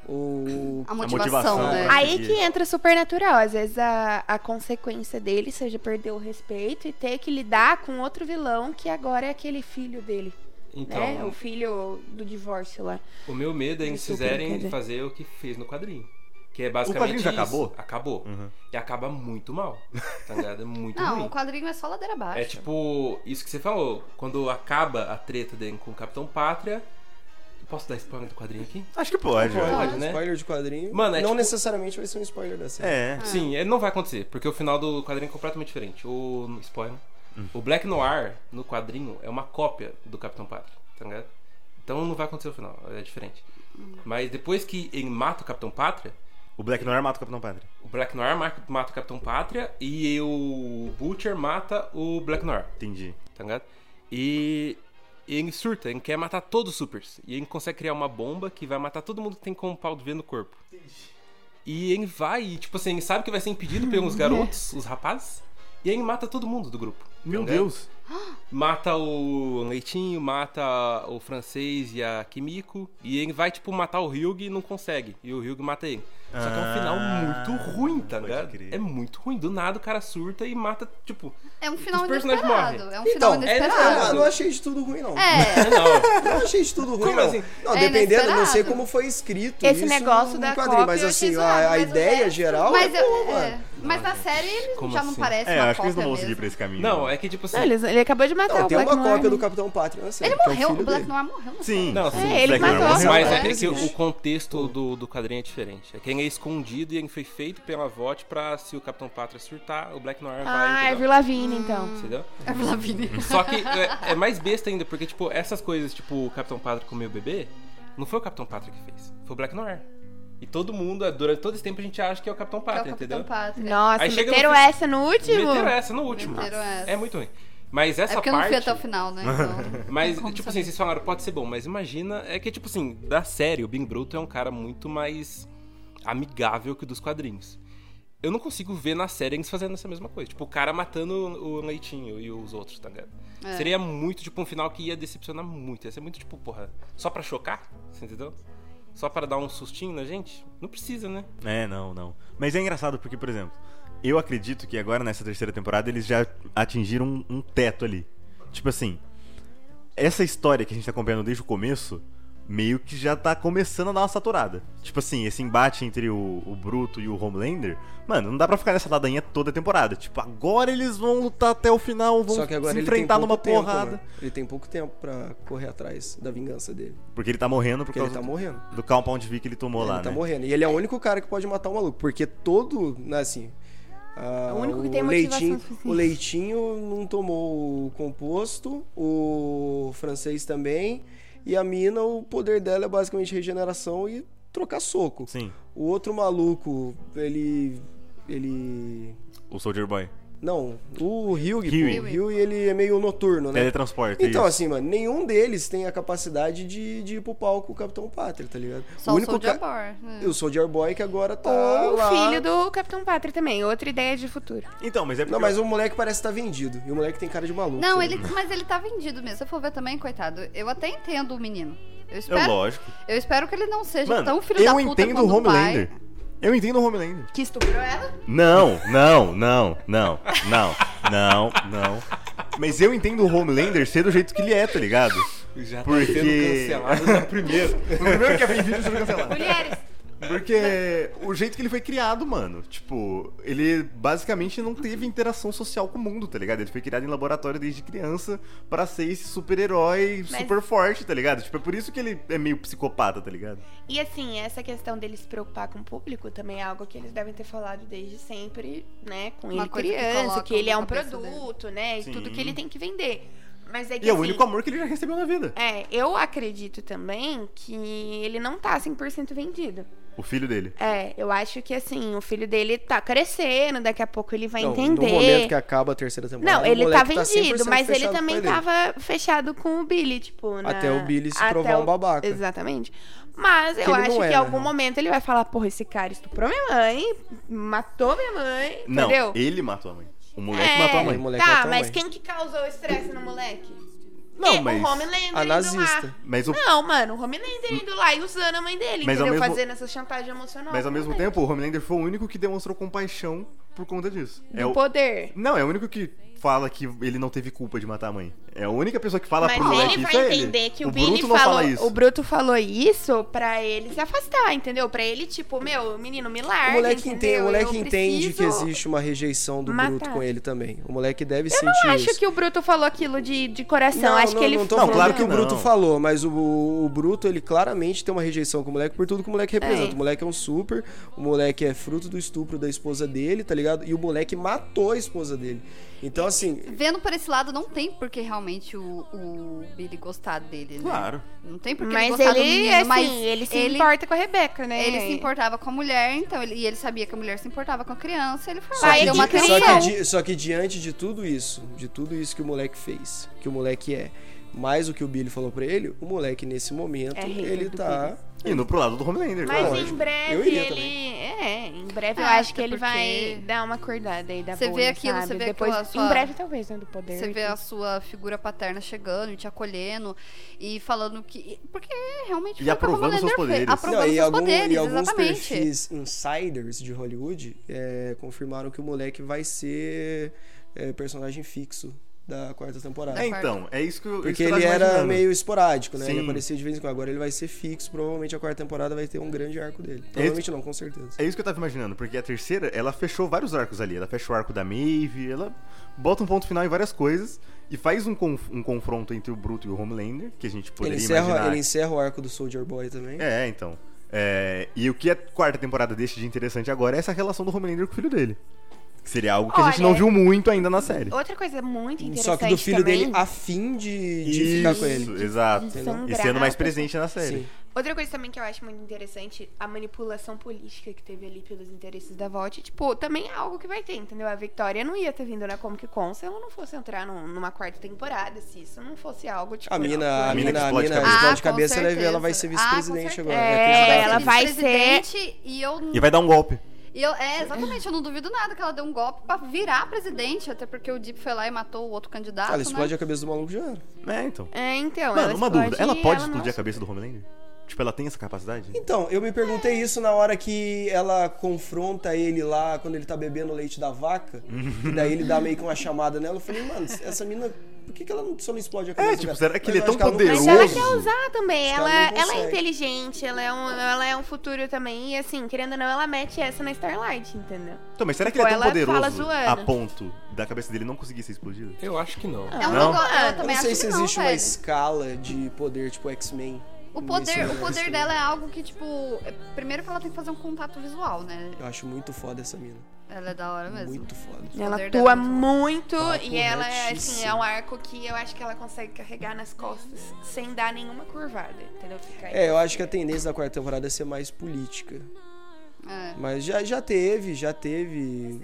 H: O.
I: A motivação,
F: motivação, né?
I: né?
A: Aí
F: Entendi.
A: que entra supernatural. Às vezes a, a consequência dele seja perder o respeito e ter que lidar com outro vilão que agora é aquele filho dele.
E: Então,
A: né? O filho do divórcio lá.
E: o meu medo é eles
A: Desculpa,
E: fizerem
A: quer ver?
E: fazer o que fez no quadrinho. Que é basicamente.
F: quadrinho já
E: isso.
F: acabou?
E: Acabou.
F: Uhum.
E: E acaba muito mal. Tá ligado? É muito
I: Não,
E: ruim.
I: o quadrinho é só ladeira abaixo.
E: É tipo, isso que você falou, quando acaba a treta dele com o Capitão Pátria. Posso dar spoiler do quadrinho aqui?
F: Acho que pode,
H: Então
F: velho.
E: Pode, né?
H: Spoiler de quadrinho.
E: Mano, é
H: não
E: tipo-
H: necessariamente vai ser um spoiler da série.
F: É.
E: Sim, ele não vai acontecer, porque o final do quadrinho é completamente diferente. O. Spoiler. O Black Noir, no quadrinho, é uma cópia do Capitão Pátria, tá ligado? Então não vai acontecer o final, é diferente. Mas depois que ele mata o Capitão Pátria,
F: O Black Noir mata o Capitão Pátria.
E: o Black Noir ma- mata o Capitão Pátria e o Butcher mata o Black Noir.
F: Entendi.
E: tá ligado? E e ele surta, ele quer matar todos os supers. E ele consegue criar uma bomba que vai matar todo mundo que tem com o pau do V no corpo. E ele vai, e, tipo assim, ele sabe que vai ser impedido pelos garotos, os rapazes, e ele mata todo mundo do grupo. tá ligado? mata o Leitinho, mata o francês e a Kimiko. E ele vai, tipo, matar o Ryug e não consegue. E o Ryug mata ele. Só que é um final
F: Ah,
E: muito ruim, tá
F: pode
E: ligado?
F: crer.
E: É muito ruim. Do nada o cara surta e mata, tipo.
I: É um final
E: Os personagens
I: inesperado.
E: morrem.
I: É um
H: Então,
I: final
H: é
I: inesperado.
H: Eu não achei de tudo ruim, não.
I: É,
E: É, não.
H: Eu não achei isso tudo ruim,
E: Como
H: não.
E: assim?
H: Não,
I: É
H: dependendo,
I: inesperado.
H: não sei como foi escrito
G: Esse
H: isso
G: negócio
H: no
G: da
H: quadrinho,
G: cópia
H: mas
G: eu
H: assim,
G: achei
H: a,
G: zoado,
H: a
G: mas o
H: ideia
G: resto-
H: geral
I: mas,
H: é
I: eu-
H: boa.
I: é, mas na série ele
E: Como
I: já não
E: assim?
I: parece
F: É,
I: uma
F: acho que eles não
I: cópia
F: vão seguir
I: mesmo.
F: pra esse caminho.
E: Não, é que, tipo assim.
A: Não, eles- ele acabou de matar
H: Não,
A: o
H: tem
A: Black
H: uma
A: Noir,
H: cópia do
A: né?
H: Capitão Pátria, eu sei.
I: Ele
H: que é o
I: morreu, o
H: filho
I: Black
H: dele.
I: Noir morreu. né? não
F: Sim,
E: Não, sim,
F: sim,
A: ele
F: Black Mirror
A: matou.
F: morreu.
E: Mas
H: Não,
E: é que assim,
H: existe.
E: o contexto do, do quadrinho é diferente. É que ele é escondido e ele foi feito pela VOT pra se o Capitão Pátria surtar, o Black Noir
A: Ah,
E: vai.
A: Avril
E: entendeu?
A: Lavigne, então.
E: Entendeu?
I: É o Lavigne.
E: Só que é, é mais besta ainda, porque, tipo, essas coisas, tipo, o Capitão Pátria comeu o bebê, não foi o Capitão Pátria que fez, foi o Black Noir. E todo mundo, durante todo esse tempo, a gente acha que é o Capitão
I: É o
E: Pátria,
I: Capitão
E: entendeu?
I: Pátria.
A: Nossa,
E: Aí chega no
A: meteram
E: fim-
A: essa no último?
E: Meteram essa no último.
I: Meteram essa.
E: É muito ruim. Mas
I: É
E: essa
I: porque eu não
E: parte.
I: fui até o final, né? Então,
E: Mas,
I: como
E: tipo
I: saber?
E: assim, vocês falaram, pode ser bom, mas imagina, é que, tipo assim, da série, o Bing Bruto é um cara muito mais amigável que o dos quadrinhos. Eu não consigo ver na série eles fazendo essa mesma coisa. Tipo, o cara matando o Leitinho e os outros, tá ligado?
I: É.
E: Seria muito, tipo, um final que ia decepcionar muito. Ia ser muito, tipo, porra, só pra chocar, você entendeu? Só pra dar um sustinho na gente? Não precisa, né?
F: É, não, não. Mas é engraçado porque, por exemplo, eu acredito que agora nessa terceira temporada eles já atingiram um, um teto ali. Tipo assim, essa história que a gente tá acompanhando desde o começo meio que já tá começando a dar uma saturada. Tipo assim, esse embate entre o, o Bruto e o Homelander, mano, não dá pra ficar nessa ladainha toda a temporada. Tipo, agora eles vão lutar até o final, vão
H: Só que agora
F: se
H: ele tem
F: enfrentar
H: pouco
F: numa
H: tempo, né?
F: porrada.
H: mano. Ele tem pouco tempo pra correr atrás da vingança dele.
F: Porque ele tá morrendo por
H: Porque ele
F: causa
H: tá morrendo.
F: do compound V que ele tomou lá,
H: ele tá
F: né?
H: morrendo. E ele é o único cara que pode matar o maluco. Porque todo, né, assim. ah,
A: É o único que tem motivação
H: leitinho,
A: suficiente.
H: o leitinho não tomou o composto, o francês também. E a mina, o poder dela é basicamente regeneração e trocar soco.
F: Sim,
H: O outro maluco, ele. Ele.
F: o Soldier Boy.
H: Não, o Hyug,
F: Hughie.
H: pô, o Hughie, ele é meio noturno, né?
F: Teletransporte,
H: Então,
F: isso.
H: assim, mano, nenhum deles tem a capacidade de, de ir pro palco com o Capitão Pátria, tá ligado?
I: Só o Soulja Boy, né?
H: E o Soldier Boy que agora tá
A: Ou É. o
H: lá...
A: filho do Capitão Pátria também, outra ideia de futuro.
F: Então, mas é porque
H: Não, mas o moleque parece estar vendido. E o moleque tem cara de maluco.
I: Não,
H: sabe?
I: ele, mas ele tá vendido mesmo. Se eu for ver também, coitado, eu até entendo o menino. Eu
F: É
I: espero,
F: lógico.
I: eu espero que ele não seja
F: Mano,
I: tão filho da
F: eu
I: puta
F: entendo
I: quanto
F: o
I: o pai.
F: Homelander. Eu entendo o Homelander.
A: Que estuprou ela?
F: Não, não, não, não, não, não, não. Mas eu entendo o Homelander ser do jeito que ele é, tá ligado?
E: Já tá
F: Porque-
E: sendo cancelado na primeira.
F: No primeiro que vem vídeo, você vai cancelar.
A: Mulheres!
F: Porque o jeito que ele foi criado, mano. Tipo, ele basicamente não teve interação social com o mundo, tá ligado? Ele foi criado em laboratório desde criança pra ser esse super-herói
A: Mas-
F: super forte, tá ligado? Tipo, é por isso que ele é meio psicopata, tá ligado?
A: E assim, essa questão deles se preocupar com o público também é algo que eles devem ter falado desde sempre, né? Com
I: Uma
A: ele
I: coisa que
A: criança,
I: colocam
A: que, ele é
I: na
A: um
I: cabeça
A: produto, né? E
F: Sim.
A: tudo que ele tem que vender. Mas é que
F: E é o
A: assim,
F: único amor que ele já recebeu na vida.
A: É, eu acredito também que ele não tá 100% vendido.
F: O filho dele.
A: É, eu acho que assim, o filho dele tá crescendo, daqui a pouco ele vai
H: Não,
A: entender.
H: No momento que acaba a terceira temporada.
A: Não,
H: o
A: ele tá
H: é um moleque
A: vendido,
H: 100%
A: mas ele
H: fechado com o
A: também
H: pai dele.
A: tava fechado com o Billy, tipo, na-
H: Até o Billy se
A: até
H: provar
A: o-
H: um babaca.
A: Exatamente. Mas eu
H: ele
A: acho
H: não
A: que
H: é,
A: em
H: né?
A: algum momento ele vai falar, porra, esse cara estuprou minha mãe, matou minha mãe,
F: Não,
A: entendeu?
F: ele matou a mãe. O moleque
A: É,
F: matou a
H: O
F: mãe.
H: moleque
A: Tá,
H: matou a
A: mas
H: mãe.
A: quem que causou o estresse no moleque?
F: Não,
A: É,
F: mas-
A: O Homelander indo
H: A
A: lá.
H: nazista.
F: Mas, o,
A: Não, mano, o Homelander indo lá e usando a mãe dele,
F: Mas ao
A: entendeu?
F: mesmo-
A: Fazendo essa chantagem emocional.
F: mas ao mesmo tempo, o Homelander foi o único que demonstrou compaixão por conta disso. É
A: O
F: o,
A: poder.
F: não, é o único que fala que ele não teve culpa de matar a mãe. É a única pessoa que fala
A: Mas
F: pro moleque
A: ele
F: isso
A: vai
F: é
A: entender que o,
F: o
A: Billy
F: Bruto não
A: falou.
F: fala isso.
A: O Bruto falou isso pra ele se afastar, entendeu? Pra ele, tipo, meu, menino, me larga.
H: O moleque,
A: entendeu?
H: entende, o moleque
A: Eu
H: entende que
A: preciso-
H: existe uma rejeição do
A: matar.
H: Bruto com ele também. O moleque deve
A: Eu
H: sentir
A: não acho
H: isso.
A: que o Bruto falou aquilo de, de coração. acho que ele
H: não tô
F: Não,
H: falando
F: claro
H: que o
F: que
H: Bruto
F: não.
H: falou, mas o, o Bruto, ele claramente tem uma rejeição com o moleque por tudo que o moleque representa. O moleque é um super, o moleque é fruto do estupro da esposa dele, tá ligado? E o moleque matou a esposa dele. Então, assim,
I: Vendo por esse lado, não tem porque realmente o, o Billy gostar dele, né?
F: Claro.
I: Não tem porque ele
A: Mas
I: gostar
A: ele,
I: do menino,
A: assim,
I: mas
A: ele se
I: ele,
A: importa com a Rebeca, né?
I: ele se importava com a mulher, então, ele- e ele sabia que a mulher se importava com a criança, ele foi
H: Só
I: lá
A: Pai
I: e
H: que,
I: deu uma
A: de criança.
I: atenção.
H: só, que,
A: criança.
H: di- só que diante de tudo isso, de tudo isso que o moleque fez, que o moleque é, mais o que o Billy falou pra ele, o moleque nesse momento,
A: É hater
H: ele
A: do
H: tá
F: Indo pro lado do Homelander,
G: Mas
F: claro.
G: em breve
H: eu iria
G: ele.
H: também.
G: É, em breve eu
I: Ah,
G: acho que
I: até
G: ele
I: porque-
G: vai dar uma acordada aí da
I: Você vê
G: bolha,
I: aquilo,
G: sabe?
I: você vê
G: Depois,
I: aquela sua-
G: Em breve, talvez, né? Do poder.
I: Você
G: e
I: vê
G: tudo.
I: a sua figura paterna chegando e te acolhendo e falando que. Porque realmente.
F: E
I: foi o que o
F: aprovando seus
I: Homelander fez.
F: poderes.
I: Aprovando
H: Não, e,
I: seus
H: algum-
I: poderes,
H: e alguns
I: exatamente.
H: perfis insiders de Hollywood é, confirmaram que o moleque vai ser é, personagem fixo da quarta temporada.
F: É, então, é isso que eu isso
H: Porque
F: que eu
H: ele
F: tava
H: era
F: imaginando.
H: meio esporádico, né? Ele
F: Sim.
H: aparecia de vez em quando. Agora ele vai ser fixo. Provavelmente a quarta temporada vai ter um grande arco dele. Provavelmente não, com certeza.
F: É isso que eu tava imaginando, porque a terceira, ela fechou vários arcos ali. Ela fecha o arco da Maeve, ela bota um ponto final em várias coisas e faz um, conf- um confronto entre o Bruto e o Homelander, que a gente
H: Ele
F: poderia
H: encerra,
F: imaginar.
H: ele encerra o arco do Soldier Boy também.
F: É, então. É, e o que a quarta temporada deixa de interessante agora é essa relação do Homelander com o filho dele. Que seria algo que a gente
A: Olha-
F: não viu muito ainda na série.
A: Outra coisa muito interessante
H: Só que do filho
A: também,
H: dele a fim de, de ficar com ele.
F: exato.
A: sangrar
F: E sendo mais
A: a pessoa.
F: presente na série.
H: Sim.
A: Outra coisa também que eu acho muito interessante, a manipulação política que teve ali pelos interesses da Volt, tipo, também é algo que vai ter, entendeu? A Victoria não ia ter vindo na Comic Con se ela não fosse entrar num- numa quarta temporada, se isso não fosse algo, tipo...
H: A mina, a
F: A mina que
H: mina, a
F: explode
H: mina
F: cabeça.
H: explode
I: Ah, com
H: cabeça, ela,
I: certeza.
H: ela vai ser vice-presidente
I: Ah, com
H: agora.
A: certeza.
H: presidente.
A: É, ela vai ser-
I: presidente E eu,
F: E vai dar um golpe.
I: e eu. É, exatamente. Eu não duvido nada que ela deu um golpe pra virar presidente. Até porque o Deep foi lá e matou o outro candidato.
H: Ela explode
I: né?
H: a cabeça do maluco já era.
F: É, então.
A: É, então,
F: Mano,
A: ela
F: uma
A: explode
F: dúvida. Ela
A: e
F: pode
A: não-
F: explodir a cabeça do Homelander? Tipo, ela tem essa capacidade?
H: Então, eu me perguntei isso na hora que ela confronta ele lá, quando ele tá bebendo o leite da vaca. e daí ele dá meio que uma chamada nela. Eu falei, mano, essa mina, por que, que ela não- só não explode a cabeça
F: tipo,
H: dela?
F: será que
H: Mas
F: ele é
H: eu
F: tão
H: acho que ela não-
F: poderoso?
A: Mas ela quer usar também,
H: Acho que ela
A: ela,
H: não
A: ela é
H: consegue.
A: inteligente, ela é, um, ela é um futuro também, e assim, querendo ou não, ela mete essa na Starlight, entendeu?
F: Então, mas será que
A: Tipo,
F: ele é tão
A: ela fala
F: poderoso
A: zoando.
F: a ponto da cabeça dele não conseguir ser explodida?
E: Eu acho que não.
I: É um
F: Não?
I: negócio. Eu
H: Eu
I: também
H: não sei
I: acho
H: se
I: que não,
H: existe uma
I: velho.
H: escala de poder, tipo X-Men.
I: O
H: nesse
I: poder, o
H: universo,
I: poder
H: né?
I: dela é algo que, tipo. é- Primeiro que ela tem que fazer um contato visual, né?
H: Eu acho muito foda essa mina.
I: Ela é da hora mesmo.
H: Muito foda.
A: Ela
I: poder
A: atua
I: dela é
A: muito
H: Ela
A: e ela é assim,
H: corretíssima.
A: é um arco que eu acho que ela consegue carregar nas costas sem dar nenhuma curvada, entendeu? Fica aí.
H: É, eu acho que a tendência da quarta temporada é ser mais política.
I: É.
H: Mas já, já teve, já teve.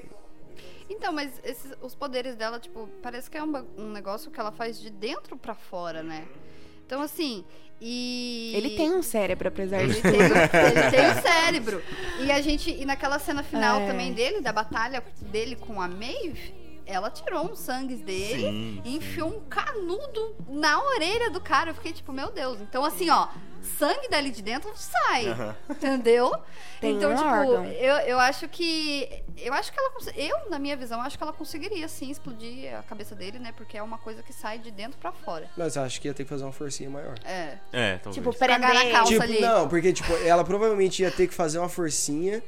I: Então, mas esses, os poderes dela, tipo, parece que é um, ba- um negócio que ela faz de dentro pra fora, né? Então, assim, e...
A: Ele tem um cérebro, apesar de
I: Ele tem, ele tem o cérebro. E a gente... E naquela cena final
A: É.
I: também dele, da batalha dele com a Maeve, ela tirou um sangue dele
F: Sim,
I: e enfiou um canudo na orelha do cara. Eu fiquei tipo, meu Deus. Então, assim, ó, sangue dali de dentro sai. Entendeu?
A: Tem
I: então,
A: um
I: tipo,
A: órgão.
I: Eu, eu acho que. Eu acho que ela. cons- Eu, na minha visão, acho que ela conseguiria, sim, explodir a cabeça dele, né? Porque é uma coisa que sai de dentro pra fora.
H: Mas eu acho que ia ter que fazer uma forcinha maior.
I: É.
F: É, talvez.
A: tipo
I: Cagar na
A: prender
I: calça
H: Tipo,
I: ali.
H: não, porque tipo, ela provavelmente ia ter que fazer uma forcinha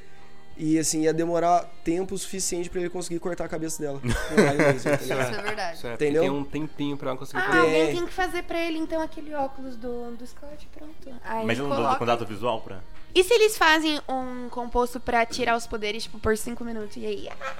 H: e assim ia demorar tempo suficiente pra ele conseguir cortar a cabeça dela. Um raio laser, tá ligado?
I: Isso é verdade.
E: Certo,
H: Entendeu?
E: Tem um tempinho pra ela conseguir
A: Ah,
E: fazer.
A: alguém tem que fazer pra ele, então, aquele óculos do, do Scott, pronto. Aí
F: Mas eu não dou
A: coloca.
F: contato visual pra.
A: E se eles fazem um composto pra tirar os poderes, tipo, por 5 minutos, e aí... ah,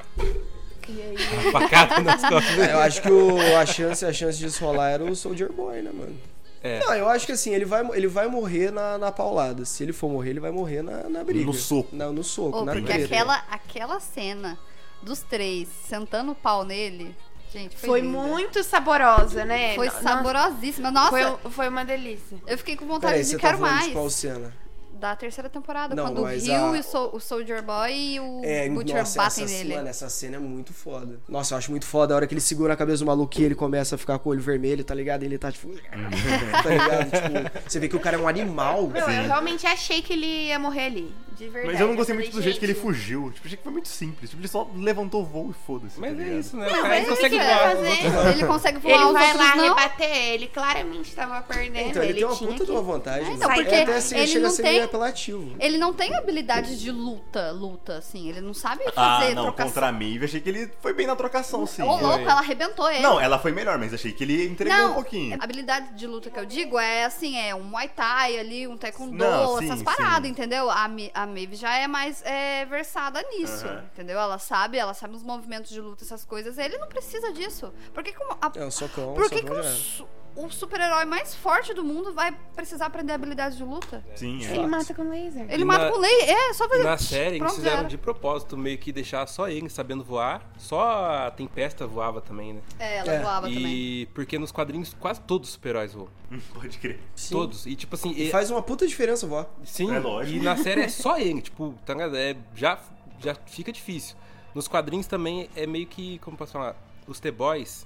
A: E aí...
E: uma facada nas costas
H: É, eu acho que o- a chance, a chance disso rolar era o Soldier Boy, né, mano?
E: É.
H: Não, eu acho que assim, ele vai, ele vai morrer na, na paulada. Se ele for morrer, ele vai morrer na, na briga.
F: No soco.
H: Na- no soco,
I: Ô,
H: na
I: porque
H: treta.
I: aquela, aquela cena dos três sentando o pau nele, gente, foi,
A: Foi
I: linda. É,
A: muito saborosa, né?
I: Foi
A: No- no-
I: saborosíssima. Nossa,
A: Foi, um- foi uma delícia.
I: eu fiquei com vontade
H: Peraí,
I: de
H: você tá
I: quero
H: falando
I: mais.
H: de qual cena?
I: Da terceira temporada,
H: Não,
I: quando o
H: mas
I: Rio
H: a-
I: e o, Sol- o Soldier Boy e o
H: É,
I: Butcher
H: nossa,
I: batem
H: essa,
I: nele.
H: Mano, essa cena é muito foda. Nossa, eu acho muito foda a hora que ele segura a cabeça do maluco e ele começa a ficar com o olho vermelho, tá ligado? E ele tá tipo. tá ligado? Tipo, você vê que o cara é um animal.
A: Meu, eu realmente achei que ele ia morrer ali. De verdade.
F: Mas eu não gostei muito
A: falei,
F: do jeito que ele
A: "Gente,
F: fugiu. Tipo, achei que foi muito simples. Tipo, ele só levantou o voo e foda-se.
E: Mas
F: tá
E: é
F: ligado?
E: isso, né?
A: Não,
E: o cara
A: mas
E: não
A: ele
E: consegue
A: quer
E: voar.
A: fazer.
I: é Ele consegue voar
A: Ele
I: os
A: vai
I: outros
A: lá
I: não.
A: rebater ele, claramente tava perdendo.
H: Então, ele, tem uma
A: tinha
H: puta de
A: que-
H: uma vantagem.
I: É, então,
H: né?
I: porque
H: é até assim,
I: ele
H: chega
I: não
H: a ser
I: tem-
H: meio apelativo.
I: Ele não tem habilidade de luta, luta, assim. Ele não sabe
F: Ah,
I: fazer
F: não,
I: trocação.
F: contra a Maeve, achei que ele foi bem na trocação, sim.
I: Ô, louco, ela arrebentou ele.
F: Não, ela foi melhor, mas achei que ele entregou
I: Não,
F: um pouquinho.
A: É.
I: A habilidade de luta que eu digo é assim, é um Muay Thai ali, um Taekwondo,
F: Não, sim,
I: essas paradas,
F: sim.
I: entendeu? A, Mi- a Maeve já é mais é, versada nisso,
F: Aham.
I: entendeu? Ela sabe, ela sabe os movimentos de luta, essas coisas. Ele não precisa disso. Por que que uma- a-
H: É, o socão,
I: Por que
H: socão
I: que um
H: já era.
I: su- o super-herói mais forte do mundo vai precisar aprender habilidades de luta?
F: Sim, é.
A: Ele mata com laser.
I: Ele
E: E
I: mata
E: na-
I: com lei, é, só fazer...
E: Na série, eles
I: Pronto, já
E: fizeram
I: era.
E: de propósito, meio que deixar só ele sabendo voar. Só a Tempesta voava também, né?
I: É, ela
H: É.
I: voava também.
E: E porque nos quadrinhos quase todos os super-heróis voam.
F: Pode crer.
H: Sim.
E: Todos. E tipo assim, e-
H: Faz uma puta diferença voar.
E: sim,
F: É lógico.
E: e na série é só ele, tipo, tá ligado? É, já, já fica difícil. Nos quadrinhos também é meio que, como posso falar, os T-Boys,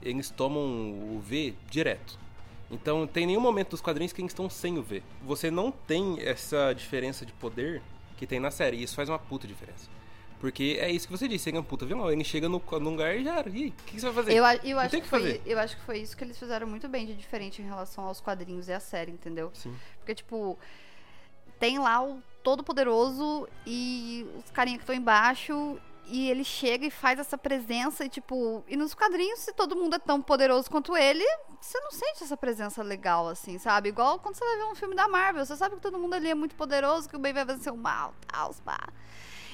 E: eles tomam o V direto. Então, tem nenhum momento dos quadrinhos que eles estão sem o V. Você não tem essa diferença de poder que tem na série, e isso faz uma puta diferença. Porque é isso que você disse, ele é um puta vilão, ele chega no, num lugar e já era. E aí, o que, que você vai fazer?
I: Eu, a- eu
E: não
I: acho
E: tem o
I: que
E: que
I: foi,
E: fazer.
I: eu acho que foi isso que eles fizeram muito bem de diferente em relação aos quadrinhos e à série, entendeu?
E: Sim.
I: Porque, tipo, tem lá o Todo-Poderoso e os carinha que estão embaixo. E ele chega e faz essa presença e, tipo... E nos quadrinhos, se todo mundo é tão poderoso quanto ele, você não sente essa presença legal, assim, sabe? Igual quando você vai ver um filme da Marvel. Você sabe que todo mundo ali é muito poderoso, que o bem vai vencer o mal, tal, pá.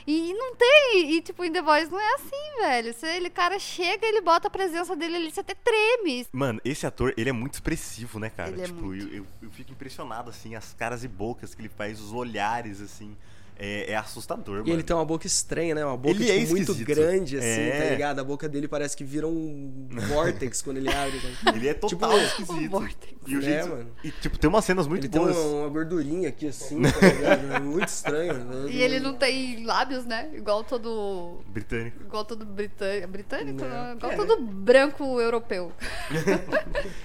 I: E não tem, e tipo, em The Voice não é assim, velho. Você, ele, cara, chega, ele bota a presença dele ali, você até treme.
F: Mano, esse ator, ele é muito expressivo, né, cara?
I: Ele é
F: tipo,
I: muito.
F: Eu, eu, eu fico impressionado, assim, as caras e bocas que ele faz, os olhares, assim. É, é assustador, mano.
H: E ele tem uma boca estranha, né? Uma boca
F: Ele é
H: tipo, muito
F: esquisito.
H: grande, assim,
F: É.
H: tá ligado? A boca dele parece que vira um vórtex quando ele abre. tá?
F: Ele é total
H: Tipo,
I: O
F: esquisito.
I: Vortex.
F: E, o
H: É,
F: jeito-
H: mano.
F: e, tipo, tem umas cenas muito
H: Ele tem um-
F: boas.
H: uma, uma gordurinha aqui, assim, tá ligado? É muito estranho. né?
I: E ele não tem lábios, né? Igual todo.
F: Britânico.
I: Igual todo britânico. Britânico?
H: Não.
I: não, Igual
H: É.
I: todo branco europeu.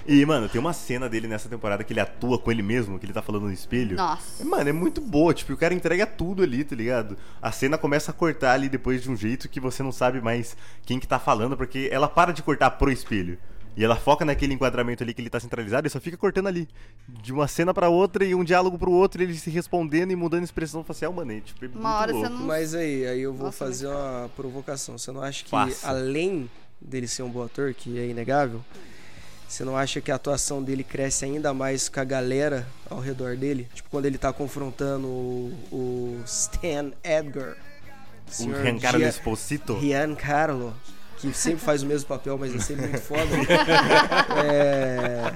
F: E, mano, tem uma cena dele nessa temporada que ele atua com ele mesmo, que ele tá falando no espelho.
I: Nossa.
F: Mano, é muito boa, tipo, o cara entrega tudo ali, tá ligado? A cena começa a cortar ali depois de um jeito que você não sabe mais quem que tá falando, porque ela para de cortar pro espelho. E ela foca naquele enquadramento ali que ele tá centralizado e só fica cortando ali. De uma cena pra outra e um diálogo pro outro, e ele se respondendo e mudando a expressão facial, mano. É, tipo, é muito
I: Uma hora
F: louco.
I: você não.
H: Mas aí, aí eu vou
I: Nossa,
H: fazer uma provocação. Você não acha que,
F: Faça.
H: além dele ser um bom ator, que é inegável, você não acha que a atuação dele cresce ainda mais com a galera ao redor dele? Tipo, quando ele tá confrontando o, o Stan Edgar.
F: O
H: senhor
F: Giancarlo
H: Gia-
F: Esposito.
H: Giancarlo, que sempre faz o mesmo papel, mas é sempre muito foda. É,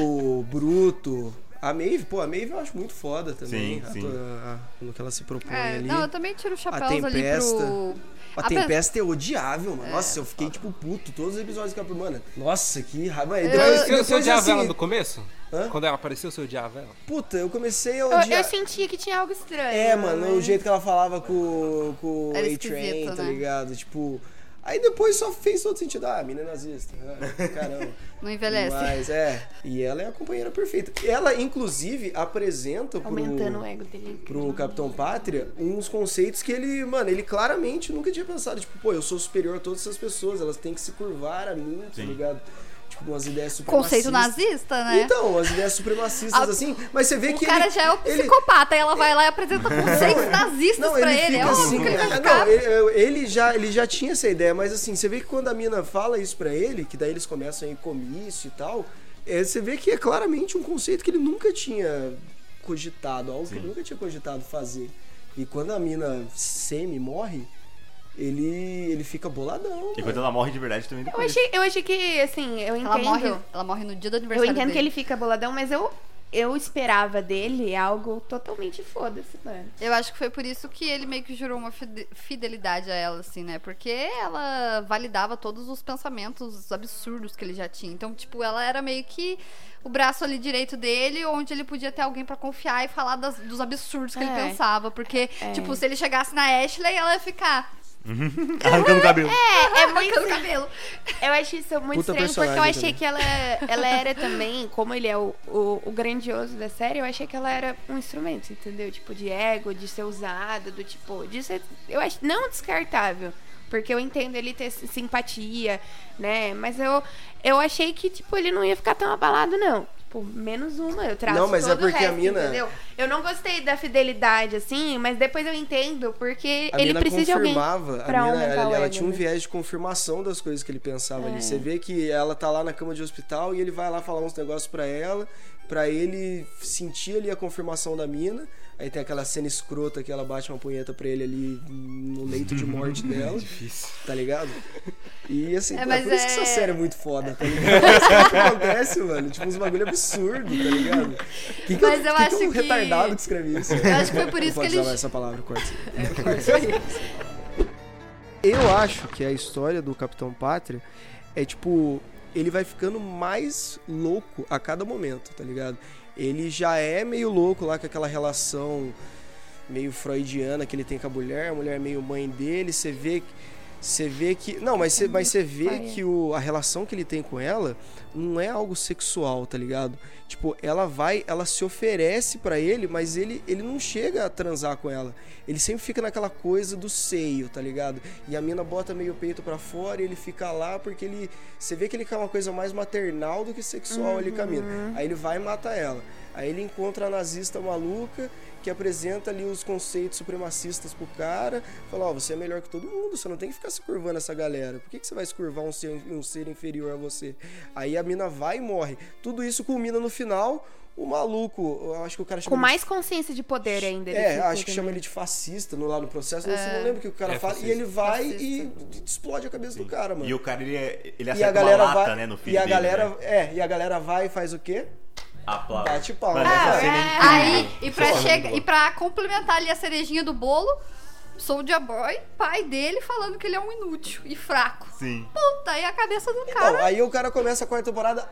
H: o Bruto. A Maeve, pô, a Maeve eu acho muito foda também.
F: Sim,
H: a-
F: sim.
H: a- no que ela se propõe
I: É,
H: ali. Ah,
I: não, eu também tiro chapéus ali pro.
H: Tempesta. A
I: Ape-
H: Tempesta é odiável, mano. Nossa, eu fiquei, tipo, puto. Todos os episódios que eu... Mano, nossa, que raiva. Eu,
E: Você, você odiava ela no começo?
H: Hã?
E: Quando ela apareceu, você odiava ela?
H: Puta, eu comecei a
A: Eu,
H: odiar...
A: eu sentia que tinha algo estranho.
H: um É, mano, o jeito que ela falava com, com o
I: Era
H: A-Train,
I: esquisito,
H: tá
I: né?
H: ligado? Tipo... Aí depois só fez todo sentido. Ah, a mina é nazista. Ah, caramba.
I: Não envelhece.
H: Mas, é. E ela é a companheira perfeita. Ela, inclusive, apresenta pro...
A: Aumentando o ego dele.
H: pro Capitão Pátria uns conceitos que ele, mano, ele claramente nunca tinha pensado. Tipo, pô, eu sou superior a todas essas pessoas, elas têm que se curvar a mim, tá ligado? Tipo, umas ideias supremacistas.
I: Conceito nazista, né?
H: Então, as ideias supremacistas,
I: A-
H: assim, mas você vê
I: o
H: que
I: cara
H: ele,
I: já é o
H: ele-
I: psicopata, e ela vai lá e apresenta conceitos nazistas
H: não,
I: pra
H: ele
I: ele.
H: fica
I: É
H: assim,
I: óbvio que ele vai
H: é,
I: ficar.
H: não, ele, ele já, ele já tinha essa ideia, mas assim, você vê que quando a mina fala isso pra ele, que daí eles começam a ir comício e tal, é, você vê que é claramente um conceito que ele nunca tinha cogitado, algo que ele nunca tinha cogitado fazer. E quando a mina semi morre, ele, ele fica boladão.
F: E
H: mano.
F: quando ela morre de verdade também
A: Eu
F: depois.
A: achei, eu achei que, assim, eu entendo.
I: Ela morre, ela morre no dia do
A: Eu
I: aniversário.
A: entendo que
I: dele.
A: ele fica boladão, mas eu, eu esperava dele algo totalmente foda-se, mano.
I: Eu acho que foi por isso que ele meio que jurou uma fide- fidelidade a ela, assim, né? Porque ela validava todos os pensamentos absurdos que ele já tinha. Então, tipo, ela era meio que o braço ali direito dele, onde ele podia ter alguém pra confiar e falar das- dos absurdos que ele
A: É.
I: pensava. Porque, tipo, se ele chegasse na Ashley, ela ia ficar
F: Arrancando o cabelo.
A: É, é
I: arrancando o cabelo.
A: Eu achei isso muito
H: Puta
A: estranho, porque eu
H: personagem
A: achei
H: também.
A: que ela, ela era também, como ele é o, o, o grandioso da série, eu achei que ela era um instrumento, entendeu? Tipo, de ego, de ser usada, do tipo, de ser. Eu acho não descartável. Porque eu entendo ele ter si- simpatia, né? Mas eu, eu achei que, tipo, ele não ia ficar tão abalado, não. Pô, menos uma, eu trago
H: Não, mas é porque a mina-
A: Entendeu? Eu não gostei da fidelidade, assim, mas depois eu entendo, porque
H: A
A: ele
H: mina
A: precisa de alguém.
H: confirmava, a
A: pra
H: mina,
A: aumentar
H: ela,
A: o
H: ela
A: ego,
H: tinha um
A: né? É.
H: viés de confirmação das coisas que ele pensava ali. Você vê que ela tá lá na cama de hospital e ele vai lá falar uns negócios pra ela, pra ele sentir ali a confirmação da mina. Aí tem aquela cena escrota que ela bate uma punheta pra ele ali no leito de morte dela. Difícil. Tá ligado? E assim,
I: É,
H: pô,
I: mas
H: por isso que
I: é-
H: essa série é muito foda, tá ligado? É isso que acontece, mano. Tipo, uns bagulho absurdo, tá ligado? Que que
I: Mas eu
H: que
I: acho
H: que... é um
I: que-
H: retardado que escreve isso.
I: Eu acho que foi por
H: Não
I: isso que
H: pode
I: ele É,
H: usar essa palavra, corta. Eu acho que a história do Capitão Pátria é tipo. Ele vai ficando mais louco a cada momento, tá ligado? Ele já é meio louco lá com aquela relação meio freudiana que ele tem com a mulher, a mulher é meio mãe dele, você vê que. Você vê que. Não, mas você, mas você vê que o, a relação que ele tem com ela não é algo sexual, tá ligado? Tipo, ela vai, ela se oferece pra ele, mas ele, ele não chega a transar com ela. Ele sempre fica naquela coisa do seio, tá ligado? E a mina bota meio o peito pra fora e ele fica lá porque ele. Você vê que ele quer uma coisa mais maternal do que sexual ali com a mina. Aí ele vai e mata ela. Aí ele encontra a nazista maluca que apresenta ali os conceitos supremacistas pro cara. Fala, ó, você é melhor que todo mundo, você não tem que ficar se curvando essa galera. Por que, que você vai se curvar um ser, um ser inferior a você? Aí a mina vai e morre. Tudo isso culmina no final. O maluco, eu acho que o cara chama
A: Com
H: ele
A: mais consciência de poder ainda. ele
H: é,
A: fica,
H: acho que chama
A: entendeu?
H: ele de fascista no, lá no processo. Eu não lembro o que o cara
E: É,
H: fala.
E: fascista.
H: E ele vai e explode a cabeça do cara, mano.
J: E o cara, ele, é- ele
H: E a
J: acerta uma
H: galera
J: lata,
H: vai.
J: né, no filho
H: e a
J: dele,
H: galera.
J: né?
H: É, e a galera vai e faz o quê?
J: Aplaude.
H: Bate palma.
J: Mano, essa
H: Ah,
J: cena é incrível.
I: Aí, e pra, chega, e pra complementar ali a cerejinha do bolo, Soulja Boy, pai dele, falando que ele é um inútil e fraco.
F: Sim.
I: Puta, aí a cabeça do
H: Então,
I: cara.
H: aí o cara começa a quarta temporada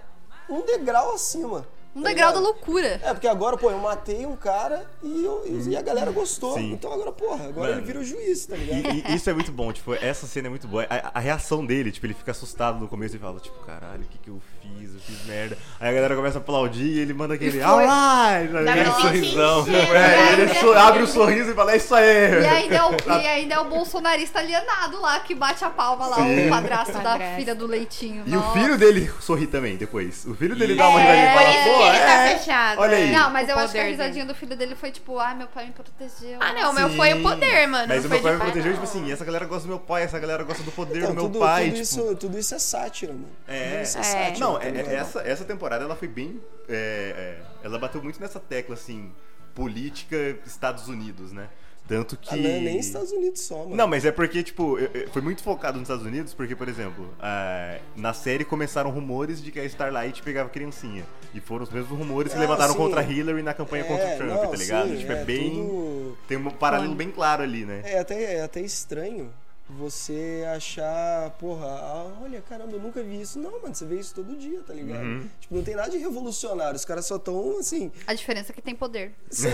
H: um degrau acima.
I: Um
H: tá
I: degrau da
H: ligado?
I: loucura.
H: É, porque agora, pô, eu matei um cara e, eu- e- e a galera gostou.
F: Hum. Sim.
H: Então agora, porra, agora
J: Mano.
H: ele vira o juiz, tá ligado?
F: E, e isso é muito bom, tipo, essa cena é muito boa. A, a reação dele, tipo, ele fica assustado no começo e fala, tipo, caralho, o que que eu fiz? Eu fiz merda. Aí a galera começa a aplaudir e ele manda aquele, alright! tá ligado?
A: Dá pra sentir
E: sorrisão.
A: cheiro,
F: É,
A: né?
F: ele so- abre o sorriso e fala, é isso aí!
I: E ainda, é o, e ainda é o bolsonarista alienado lá que bate a palma lá, o padrasto da
A: Padrasto.
I: filha do leitinho.
F: E o
I: Nossa.
F: filho dele sorri também depois. O filho dele dá uma
A: É,
F: risadinha e
A: por
F: fala,
A: isso que
F: pô,
A: ele tá
F: é,
A: fechado,
F: Olha
A: é.
F: aí.
I: Não, mas
A: O
I: eu acho que a
A: poder
I: risadinha do filho dele foi tipo, ah, meu pai me protegeu.
A: Ah, não, o meu
F: Sim.
A: foi o poder, mano.
F: Mas
A: não
F: o meu
A: foi
F: pai
A: de
F: me protegeu,
A: não.
F: tipo assim, essa galera gosta do meu pai, essa galera gosta do poder
H: Então,
F: do meu
H: tudo,
F: pai.
H: tudo
F: tipo,
H: isso, tudo isso é sátira, mano. Tudo
F: É.
H: isso é,
F: É.
H: sátira.
F: Não, é-
H: tá
F: é-
H: ligado?
F: essa, essa temporada ela foi bem. é, é, ela bateu muito nessa tecla, assim, política Estados Unidos, né? Tanto que.
H: Ah, não é nem Estados Unidos só, mano.
F: Não, mas é porque, tipo, eu- eu- foi muito focado nos Estados Unidos, porque, por exemplo, ah, na série começaram rumores de que a Starlight pegava criancinha. E foram os mesmos rumores que
H: Ah,
F: levantaram
H: sim.
F: contra Hillary na campanha contra o Trump,
H: não,
F: tá ligado?
H: sim,
F: tipo, é, bem.
H: tudo-
F: Tem um paralelo bem claro ali, né?
H: É até, é até estranho você achar, porra, ah, olha, caramba, eu nunca vi isso. Não, mano, você vê isso todo dia, tá ligado?
F: Uhum.
H: Tipo, não tem nada de revolucionário, os caras só estão, assim,
I: A diferença é que tem poder.
H: sa-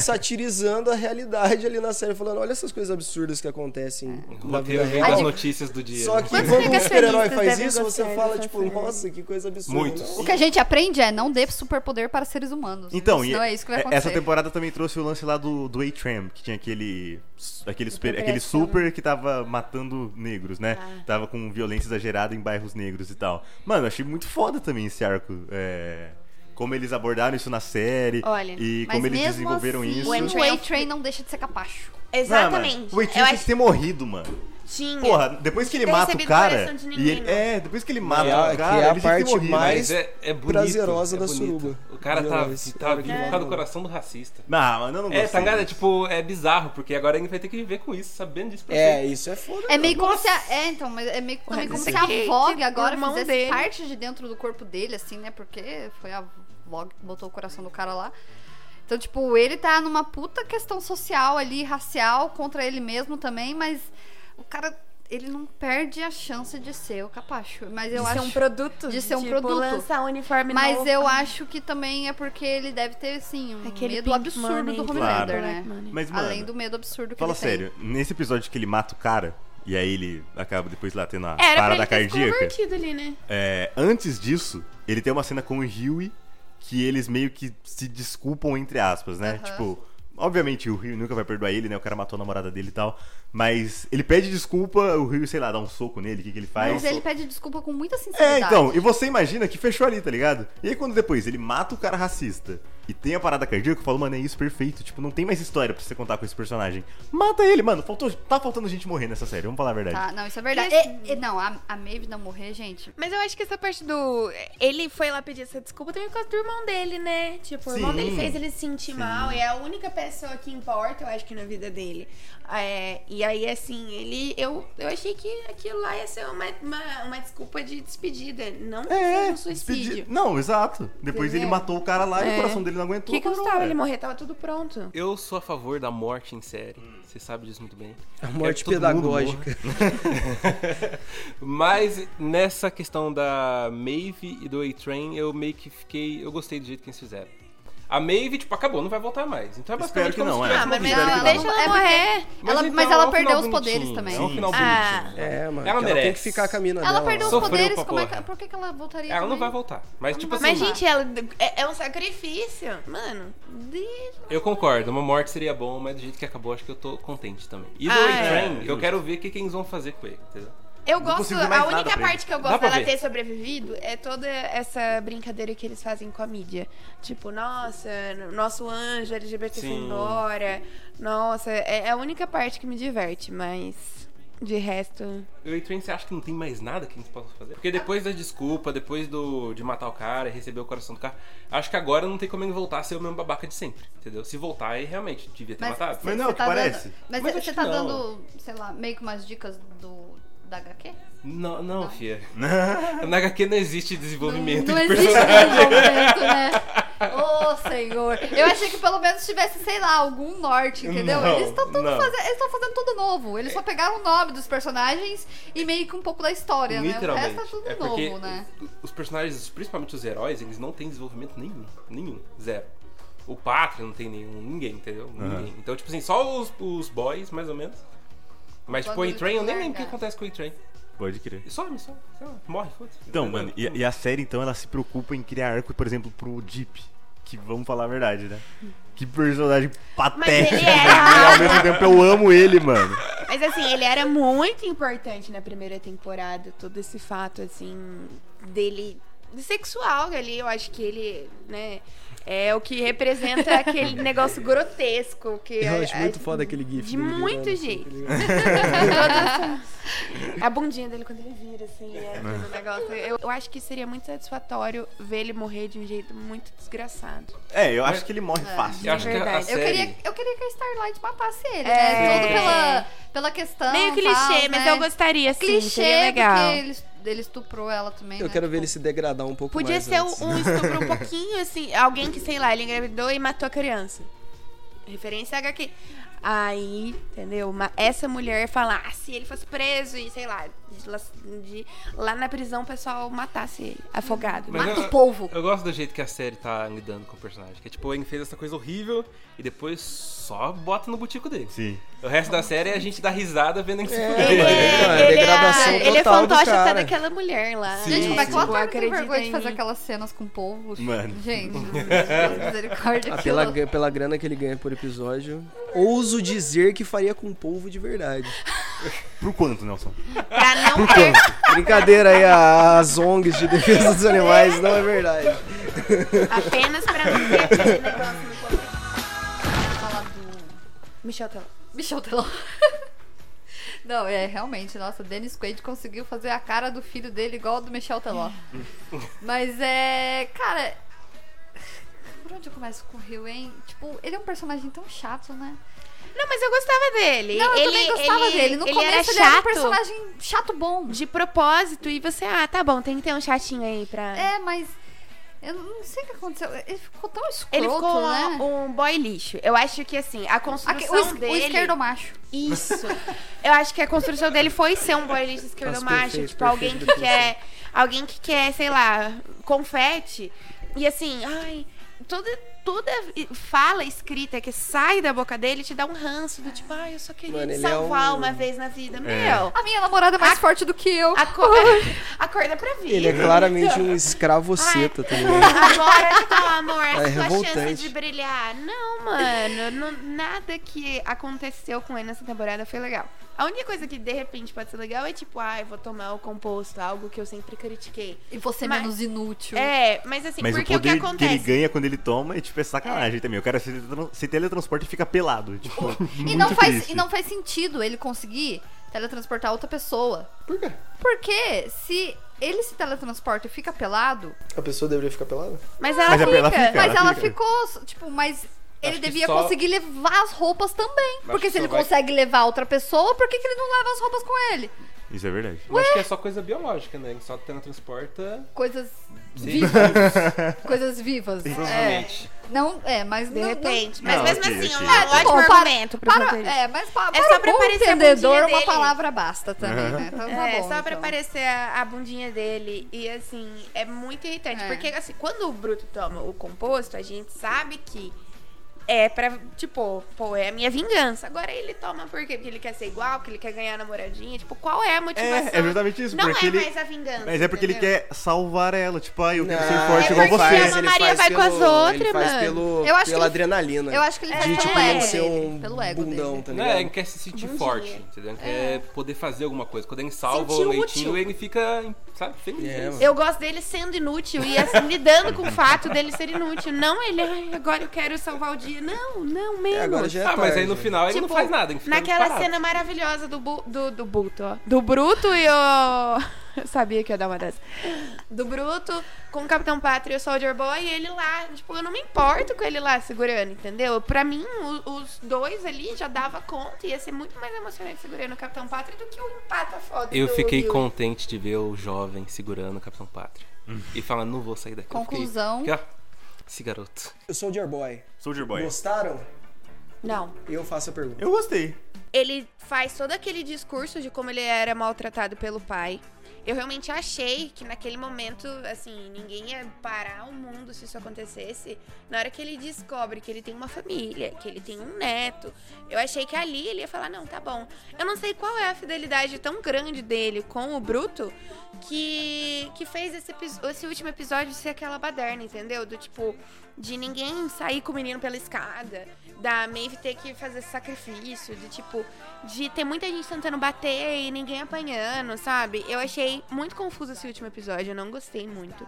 H: satirizando a realidade ali na série, falando, olha essas coisas absurdas que acontecem
E: O
H: na vida
E: roteiro vem
H: real.
E: das notícias do dia.
H: Só
E: né?
H: que
A: Quantos
H: quando um super-herói
A: negacionistas
H: faz
A: devem
H: isso, você
A: gostar
H: fala,
A: dessa
H: tipo,
A: série?
H: nossa, que coisa absurda.
E: Muitos.
H: Não.
I: O que a gente aprende é não dê superpoder para seres humanos.
F: Então, e
I: Senão é isso que
F: e-
I: vai acontecer.
F: essa temporada também trouxe o lance lá do, do A-Tram, que tinha aquele aquele super,
A: Super Ah.
F: aquele
A: Extra, né?
F: super que tava matando negros, né? Tava com violência exagerada em bairros negros e tal. Mano, eu achei muito foda também esse arco. é, como eles abordaram isso na série
A: Olha,
F: e
I: Mas
F: como eles
I: mesmo
F: desenvolveram
I: assim,
F: isso.
A: o
I: O
A: M-Train-
I: A-Train não deixa de ser capacho.
A: Exatamente.
F: Não, mano, o
A: eu
F: A-Tram tinha
A: acho
F: que ter morrido, mano.
A: que tinha.
F: Porra, depois que ele
A: Ter
F: mata o
A: recebido
F: cara.
A: coração de
F: E ele,
A: ninguém,
F: é, depois que ele mata
H: Que é-
F: o
H: que
F: cara,
H: é a
F: ele tinha que ter
H: parte
F: morrido.
E: Mas
H: mais-
E: é, é bonito.
H: prazerosa
E: é
H: da
E: bonito.
H: suruba.
E: O cara tá,
H: Violência.
E: tá vivo por causa do
H: É.
E: coração do racista.
F: Ah, mano, eu não
E: É,
F: gostei.
E: tá ligado? É, Tipo, é bizarro, porque agora ele vai ter que viver com isso, sabendo disso pra
H: É,
E: sempre.
H: isso é foda.
I: É meio como se a, é, então, mas é meio também como se a
A: que-
I: Vogue
A: que
I: agora
A: irmão
I: fizesse
A: dele.
I: parte de dentro do corpo dele, assim, né? Porque foi a Vogue que botou o coração do cara lá. Então, tipo, ele tá numa puta questão social ali, racial, contra ele mesmo também, mas o cara, ele não perde a chance de ser o capacho. Mas eu
A: de
I: acho...
A: ser um produto.
I: de ser um
A: tipo,
I: produto.
A: lançar um uniforme
I: Mas
A: novo.
I: eu acho que também é porque ele deve ter, assim, um
A: Aquele
I: medo
A: pink
I: absurdo
A: money,
I: do
A: black
I: Homelander, né?
A: money.
F: Mas, mano,
I: Além do medo absurdo que
F: Fala
I: ele tem.
F: sério, nesse episódio que ele mata o cara, e aí ele acaba depois lá tendo a
A: Era
F: parada
A: pra ele ter se
F: cardíaca.
A: convertido ali, né?
F: é, antes disso, ele tem uma cena com o Huey que eles meio que se desculpam, entre aspas, né? Tipo, Obviamente, o Rio nunca vai perdoar ele, né? O cara matou a namorada dele e tal. Mas ele pede desculpa, o Rio, sei lá, dá um soco nele, o que, que ele faz?
I: Mas ele pede desculpa com muita
F: É,
I: sinceridade.
F: então, e você imagina que fechou ali, tá ligado? E aí quando depois ele mata o cara racista e tem a parada cardíaca, eu falo, mano, é isso perfeito. Tipo, não tem mais história pra você contar com esse personagem. Mata ele, mano. Faltou, tá faltando gente morrer nessa série, vamos falar a verdade.
I: Tá, não, isso é verdade. E- e- não, a, a Maeve não morrer, gente.
A: Mas eu acho que essa parte do. Ele foi lá pedir essa desculpa também por causa do irmão dele, né? Tipo, o irmão
F: Sim.
A: dele fez ele se sentir mal. É a única pessoa que importa, eu acho que, na vida dele. É, e aí, assim, ele. Eu, eu achei que aquilo lá ia ser uma, uma, uma desculpa de despedida. Não que seja um suicídio.
F: É, despedi- Não, exato. Depois ele
A: Entendeu?
F: matou o cara lá e o
A: É.
F: coração dele não aguentou.
A: que
F: parou, é.
A: custava
F: velho.
A: ele morrer? Tava tudo pronto.
E: Eu sou a favor da morte em série. Você sabe disso muito bem.
H: A morte
E: Quero que todo mundo
H: pedagógica.
E: Mas nessa questão da Maeve e do A-Train, eu meio que fiquei. Eu gostei do jeito que eles fizeram. A Maeve, tipo, acabou, não vai voltar mais. Então é
F: Espero
E: basicamente
F: que não,
E: como se
F: é.
E: tivesse
F: Ah, mas
E: morrido.
F: espero que
I: não,
A: Deixa
I: não-
A: ela
I: é
A: morrer.
I: Ela-
E: então
I: mas
E: é
I: ela
E: um
I: perdeu
E: final
I: os poderes
E: bonitinho,
I: também. Ah.
E: É um final
A: Sim.
E: bonitinho.
H: É, mano.
E: Ela
H: Ela, tem que
E: merece.
H: ficar com a mina
I: Ela
H: dela.
I: perdeu os
E: Sofreu
I: poderes,
E: pra
I: como é que,
E: porra.
I: por que, que ela voltaria
E: Ela não
I: também?
E: vai voltar. Mas, tipo assim.
A: Mas, gente, ela é, é um sacrifício. Mano, deixa.
E: Eu concordo, uma morte seria bom, mas do jeito que acabou, acho que eu tô contente também. E do
A: Ah,
E: A-Train,
F: é.
E: eu quero ver o que, que eles vão fazer com ele, entendeu?
A: Eu
F: consigo
A: gosto,
F: ver mais
A: a
F: nada
A: única
F: pra
A: parte que eu
E: Dá
A: gosto
E: pra
A: dela
E: ver.
A: ter sobrevivido é toda essa brincadeira que eles fazem com a mídia. Tipo, nossa, n- nosso anjo LGBT foi
E: Sim.
A: embora. Nossa, é a única parte que me diverte, mas de resto.
E: E o A-Train, você acha que não tem mais nada que eles possam fazer? Porque depois da desculpa, depois do de matar o cara e receber o coração do cara, acho que agora não tem como ele voltar a ser o mesmo babaca de sempre, entendeu? Se voltar, aí realmente devia ter matado.
F: Mas não,
I: você
F: que parece.
I: dando- mas,
E: Mas
I: você
E: acho
I: tá
E: que não.
I: dando, sei lá, meio que umas dicas do da HQ?
E: Não, não, fia. Na HQ não existe desenvolvimento
I: não
E: de
I: existe
E: personagem.
I: desenvolvimento, né? Ô, senhor. Eu achei que pelo menos tivesse, sei lá, algum norte, entendeu?
E: Não,
I: eles estão
E: não.
I: fazendo, tudo novo. Eles só pegaram o nome dos personagens e meio que um pouco da história, né? O resto
E: Literalmente.
I: tá tudo
E: é porque
I: novo, né?
E: Os personagens, principalmente os heróis, eles não têm desenvolvimento nenhum. Nenhum. Zero. O Pátria não tem nenhum. Ninguém, entendeu? Ninguém. Então, tipo assim, só os, os boys, mais ou menos. Mas, tipo, o
I: Quando
E: A-Train, eu nem lembro o que
I: larga.
E: acontece com o A-Train.
F: Pode crer.
E: E some, some, sei lá, morre, foda-se.
F: Então, mano, e, e a série, então, ela se preocupa em criar arco, por exemplo, pro Jeep. Que vamos falar a verdade, né? Que personagem patético.
A: ele
F: velho.
A: é.
F: E ao mesmo tempo eu amo ele, mano.
A: Mas assim, ele era muito importante na primeira temporada, todo esse fato, assim, dele sexual ali, eu acho que ele, né, é o que representa aquele negócio grotesco que
H: Eu
A: a-
H: acho
A: a-
H: muito foda aquele gif.
A: é de
H: dele virando,
A: muito
H: assim,
A: jeito.
H: tá ligado?
A: A bundinha dele quando ele vira, assim, é todo o negócio. Eu, eu acho que seria muito satisfatório ver ele morrer de um jeito muito desgraçado.
F: É, eu acho que ele morre fácil.
E: Eu acho que a, a
A: verdade.
E: série...
I: É Eu queria, eu queria que a Starlight matasse ele, né?
A: É.
I: Tudo pela, pela questão.
A: Meio clichê,
I: tal,
A: mas
I: né?
A: eu gostaria, sim,
I: Clichê,
A: seria legal.
I: porque ele, est- ele estuprou ela também.
H: Eu
I: né?
H: quero ver ele se degradar um pouco
A: Podia
H: mais.
A: ser
H: antes.
A: um, um estupro um pouquinho assim. Alguém que, sei lá, ele engravidou e matou a criança. Referência a HQ. Aí, entendeu? Uma- essa mulher falar, ah, se ele fosse preso e, sei lá, de lá- de- lá na prisão o pessoal matasse ele, afogado.
E: Mas
H: é
A: Mata
E: eu-
A: o povo.
E: Eu gosto do jeito que a série tá lidando com o personagem. Que é tipo, ele fez essa coisa horrível e depois só bota no butico dele.
F: Sim.
E: O resto da série é a gente dar risada vendo ele se
H: É,
E: fuder.
A: Ele
H: mano,
A: é, ele é,
H: degradação
A: a- ele é
H: total do
A: fantoche até
H: cara.
A: daquela mulher lá.
I: Gente, como é que ela
A: Tipo,
I: tá com
A: acredita
I: vergonha de
A: em
I: fazer
A: mim.
I: aquelas cenas com o povo?
F: Mano.
I: Gente, misericórdia.
H: Ah,
I: aquilo-
H: pela, gra- pela grana que ele ganha por episódio, ouso dizer que faria com polvo de verdade.
F: Pro quanto, Nelson?
A: Pra não ter
H: Brincadeira aí, a- as ONGs de defesa dos animais, não é verdade.
A: apenas pra não ter aquele negócio no corpo.
I: falar do
A: Michel Teló.
I: Michel Teló. Não, é realmente, nossa, o Dennis Quaid conseguiu fazer a cara do filho dele igual a do Michel Teló. Mas é, cara, por onde eu começo com o Rio, hein? Tipo, ele é um personagem tão chato, né?
A: Não, mas eu gostava dele.
I: Não, eu
A: ele,
I: também gostava
A: ele-
I: dele. No
A: ele
I: começo
A: era
I: ele
A: chato.
I: era um personagem chato bom.
A: de propósito e você, ah, tá bom, tem que ter um chatinho aí pra.
I: É, mas eu não sei o que aconteceu. Ele ficou tão escroto,
A: Ele ficou
I: né?
A: um boy lixo. Eu acho que assim, a
I: Aque-
A: construção
I: o, es
A: dele.
I: o esquerdomacho.
A: Isso. Eu acho que a construção dele foi ser um boy lixo esquerdomacho.
H: perfeito,
A: Tipo, alguém
H: perfeito
A: que quer. Alguém que quer, sei lá, confete. E assim, ai. Toda toda fala escrita que sai da boca dele te dá um ranço do tipo, ai, eu só queria
H: Mano,
A: te
H: ele é
A: salvar
H: um-
A: uma vez na vida. Meu,
I: A minha namorada é mais forte do que eu.
A: acorda, acorda pra vida.
H: Ele é claramente um escravoceta, tá ligado?
A: Agora, tipo, amor,
H: É
A: é sua chance
H: revoltante.
A: de brilhar. Não, mano, não- nada que aconteceu com ele nessa temporada foi legal. A única coisa que de repente pode ser legal é tipo, ai, vou tomar o composto, algo que eu sempre critiquei.
I: E você é
A: Mas-
I: menos inútil.
A: É, mas assim,
F: Mas o
A: porque o, que
F: poder que,
A: acontece?
F: ele ganha quando ele toma é tipo é sacanagem também. O cara se, teletran- se teletransporta e fica pelado. Tipo,
I: E
F: muito
I: não, faz,
F: triste.
I: e não faz sentido ele conseguir teletransportar outra pessoa.
H: Por quê?
I: Porque se ele se teletransporta e fica pelado,
H: A pessoa deveria ficar pelada?
A: Mas ela
F: Mas é
A: fica.
F: pela fica.
I: mas ela
F: fica.
I: ficou, tipo, mas ele
E: que
I: devia
E: só-
I: conseguir levar as roupas também.
E: Acho
I: Porque
E: que
I: se ele
E: só vai-
I: consegue levar outra pessoa, por que, que ele não leva as roupas com ele?
F: Isso é verdade.
E: Eu acho que é só coisa biológica, né? Ele só teletransporta. né?
I: Coisas
E: Sim.
I: vivas. coisas vivas. É,
E: Provavelmente.
I: não, é, mas
A: De
I: não- não-
A: repente.
F: Não,
A: Mas mesmo
F: ok,
A: assim, é
F: ok.
A: um
I: É, tá
A: ótimo
I: bom, para-
A: argumento pro
I: para,
A: roteirista.
I: é, mas para,
A: É
I: para
A: só
I: o
A: pra
I: bom
A: aparecer a
I: entendedor,
A: bundinha
I: uma
A: dele.
I: palavra basta também, né? Então, tá
A: é,
I: bom,
A: só pra
I: então.
A: aparecer a, a bundinha dele. E assim, é muito irritante.
I: É.
A: Porque, assim, quando o Bruto toma o composto, a gente sabe que é pra, tipo, pô, é a minha vingança. Agora ele toma por quê? Porque ele quer ser igual, porque ele quer ganhar a namoradinha. Tipo, qual é a motivação?
F: É, é justamente isso,
A: Não é
F: porque ele-
A: mais a vingança.
F: Mas é porque ele
A: entendeu?
F: quer salvar ela. Tipo, ah, eu quero
H: Não,
F: ser forte
A: é
F: igual
A: porque
F: você.
A: a Maria vai com as
H: ele
A: outras,
H: faz
A: mano.
H: Pelo,
I: Eu acho que
H: pela
I: ele-
H: adrenalina.
I: Eu acho que ele
H: de,
I: faz pelo
H: tipo, não
I: ego
H: ser
I: dele,
H: um
I: pelo ego
H: bundão,
I: dele.
H: tá
E: Não,
H: ligado?
E: é, ele quer se sentir forte, entendeu? Ele Quer poder fazer alguma coisa. Quando ele salva
A: É. Sentir
E: o leitinho,
A: útil.
E: ele fica, sabe, feliz.
H: É, mano.
A: Eu gosto dele sendo inútil e assim, lidando com o fato dele ser inútil. Não ele, "Ai, agora eu quero salvar o dia. Não, não, menos.
H: É, agora já é
E: Ah, mas aí no
H: tarde.
E: final ele não faz nada. Ele fica
A: Tipo, naquela
E: parado.
A: cena maravilhosa do, bu, do, do Bruto, ó. Do Bruto e o... Eu sabia que ia dar uma dessa. Do Bruto com o Capitão Pátria e o Soldier Boy e ele lá. Tipo, eu não me importo com ele lá segurando, entendeu? Pra mim, o- os dois ali já dava conta e ia ser muito mais emocionante segurando o Capitão Pátria do que o empata foda
E: Eu
A: do
E: fiquei
A: Rio.
E: contente de ver o jovem segurando o Capitão Pátria. E falando, não vou sair daqui. Eu fiquei-
I: Conclusão.
E: fiquei, ó, esse garoto.
H: Eu sou o Dear Boy.
F: Soldier Boy.
H: Gostaram?
A: Não.
H: Eu faço a pergunta.
F: Eu gostei.
A: ele faz todo aquele discurso de como ele era maltratado pelo pai. Eu realmente achei que naquele momento, assim, ninguém ia parar o mundo se isso acontecesse. Na hora que ele descobre que ele tem uma família, que ele tem um neto, eu achei que ali ele ia falar: não, tá bom. Eu não sei qual é a fidelidade tão grande dele com o Bruto que, que fez esse, epi- esse último episódio ser aquela baderna, entendeu? Do tipo, de ninguém sair com o menino pela escada, da Maeve ter que fazer esse sacrifício, de tipo, de ter muita gente tentando bater e ninguém apanhando, sabe? Eu achei muito confuso esse último episódio, eu não gostei muito.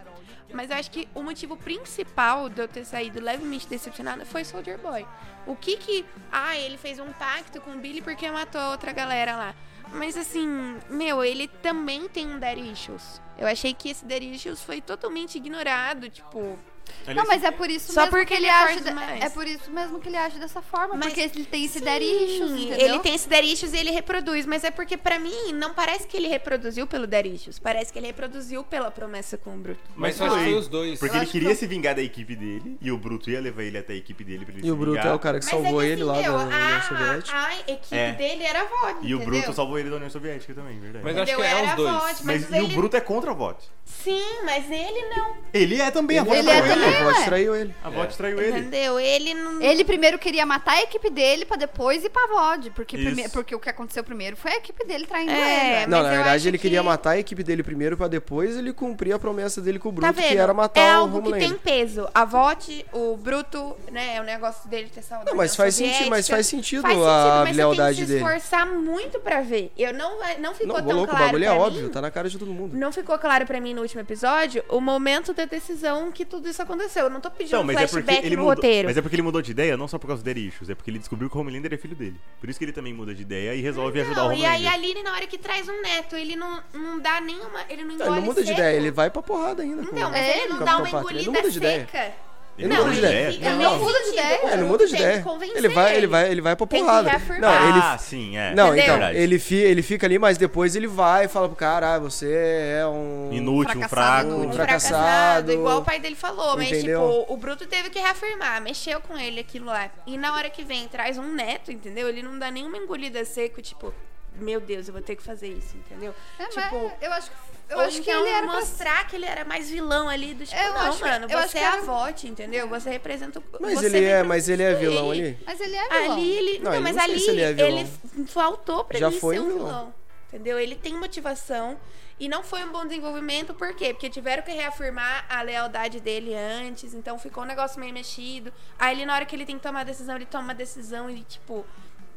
A: Mas eu acho que o motivo principal de eu ter saído levemente decepcionada foi Soldier Boy. O que que. Ah, ele fez um pacto com o Billy porque matou a outra galera lá. Mas assim, meu, ele também tem um Daddy Issues. Eu achei que esse Daddy Issues foi totalmente ignorado, tipo.
E: tá
I: Não, mas é por isso
A: Só
I: mesmo
A: porque
I: que ele,
A: ele
I: age.
A: faz
I: de-
A: mais.
I: É por isso mesmo que ele age dessa forma.
A: Mas-
I: Ah, porque ele tem esse
A: Sim,
I: derichos, entendeu?
A: Ele tem esse derichos e ele reproduz, mas é porque pra mim não parece que ele reproduziu pelo derichos, parece que ele reproduziu pela promessa com o Bruto.
E: Mas eu acho que foi os dois.
F: Porque
I: Eu
F: ele
I: acho que
F: queria
I: não.
F: se vingar da equipe dele e o Bruto ia levar ele até a equipe dele pra ele
H: E
F: se
H: o Bruto
F: vingar.
H: é o cara que
A: Mas
H: salvou
A: é que,
H: ele
A: assim,
H: lá da
A: meu,
H: União
A: a,
H: Soviética.
A: a, a equipe
F: É.
A: dele era VOD.
F: E o
A: entendeu?
F: Bruto salvou ele da União Soviética também, verdade.
E: Mas
F: Mas,
E: eu acho que
A: Entendeu?
E: é os
A: Era
E: dois.
A: VOD, mas,
F: e
A: ele...
F: o Bruto é contra a VOT.
A: Sim, mas ele não.
F: Ele é também, a VOT
I: Ele é
F: traiu
I: também.
F: ele.
H: A voz traiu ele.
F: A VOT traiu ele.
A: Entendeu? Ele não.
I: Ele primeiro queria matar a equipe dele pra depois ir pra VOD. Porque,
F: Isso.
I: prime- porque o que aconteceu primeiro foi a equipe dele traindo
A: É,
I: ele.
A: mas
H: Não, na
A: eu
H: verdade
A: acho
H: ele queria
A: que-
H: matar a equipe dele primeiro pra depois ele cumprir a promessa dele com o
A: Tá
H: Bruto,
A: vendo?
H: que era matar
A: é
H: o
A: algo que
H: Homelander.
A: tem peso. A VOT, o Bruto, né? É o negócio dele ter saudade.
H: Não, mas
A: da
H: faz
A: soviética.
H: sentido- mas faz sentido
A: Faz
H: a
A: mas
H: lealdade
A: você tem que se
H: dele.
A: esforçar muito pra ver. Eu não, não
H: Não,
A: ficou
H: ô
A: tão
H: louco,
A: claro
H: o bagulho é
A: pra mim.
H: óbvio, tá na cara de todo mundo.
A: Não ficou claro pra mim no último episódio o momento da decisão que tudo isso aconteceu. Eu não tô pedindo
F: Não,
A: um
F: mas é, porque
A: flashback
F: ele
A: no
F: mudou,
A: roteiro.
F: mas é porque ele mudou de ideia, não só por causa dele issues, é porque ele descobriu que o Homelander é filho dele. Por isso que ele também muda de ideia e resolve ajudar o
A: Não, e
F: Homelander.
A: aí a Aline, na hora que traz um neto, ele não, não dá nenhuma. Ele não
H: Não,
A: engole
H: Tá, ele não muda de
A: seco.
H: ideia, ele vai pra porrada ainda. com
A: Então,
H: o
A: mas ele não dá
H: Capitão
A: uma
H: Pátria.
A: engolida
H: Ele não muda de ideia.
A: seca.
F: Ele
A: não,
F: mudou de
A: ele
F: ideia.
A: fica
F: Não,
A: meio
F: não.
I: muda de
A: sentido,
I: ideia.
H: É, ele
A: não
H: muda de
A: tem
H: ideia.
A: que convencer
H: Ele vai, ele vai, ele vai pra
A: Tem que
H: porrada.
A: reafirmar.
H: Não, ele
F: Ah, sim, é.
H: Não,
A: Entendeu?
H: então,
F: Verdade.
H: ele, fi, ele fica ali, mas depois ele vai e fala pro cara, ah, você é um...
F: Inútil,
I: Fracassado.
F: fraco.
A: Um
H: fracassado.
A: fracassado, igual o pai dele falou, mas
H: Entendeu?
A: tipo, o Bruto teve que reafirmar, mexeu com ele aquilo lá. E na hora que vem, traz um neto, entendeu? Ele não dá nenhuma engolida seco, tipo, meu Deus, eu vou ter que fazer isso, entendeu?
I: É, mas
A: tipo,
I: eu acho que Eu
A: Ou
I: acho que
A: então
I: ele era pra-
A: mostrar que ele era mais vilão ali do tipo,
I: Eu
A: não,
I: acho que-
A: mano,
I: eu acho
A: você
I: que
A: é
I: era-
A: a vote, entendeu? Você representa o
H: Mas
A: você
H: ele é,
A: representa
H: mas ele é
A: isso
H: vilão
A: aí.
H: ali.
I: Mas ele é vilão.
A: Ali ele.
H: Não,
A: Não,
H: eu
A: mas
H: não sei
A: ali
H: se ele
A: ele,
H: é vilão.
A: f- faltou pra
H: Já
A: ele
H: foi
A: ser
H: um
A: um
H: vilão.
A: vilão. Entendeu? Ele tem motivação e não foi um bom desenvolvimento, por quê? Porque tiveram que reafirmar a lealdade dele antes, então ficou um negócio meio mexido. Aí ele, na hora que ele tem que tomar a decisão, ele toma a decisão e, tipo,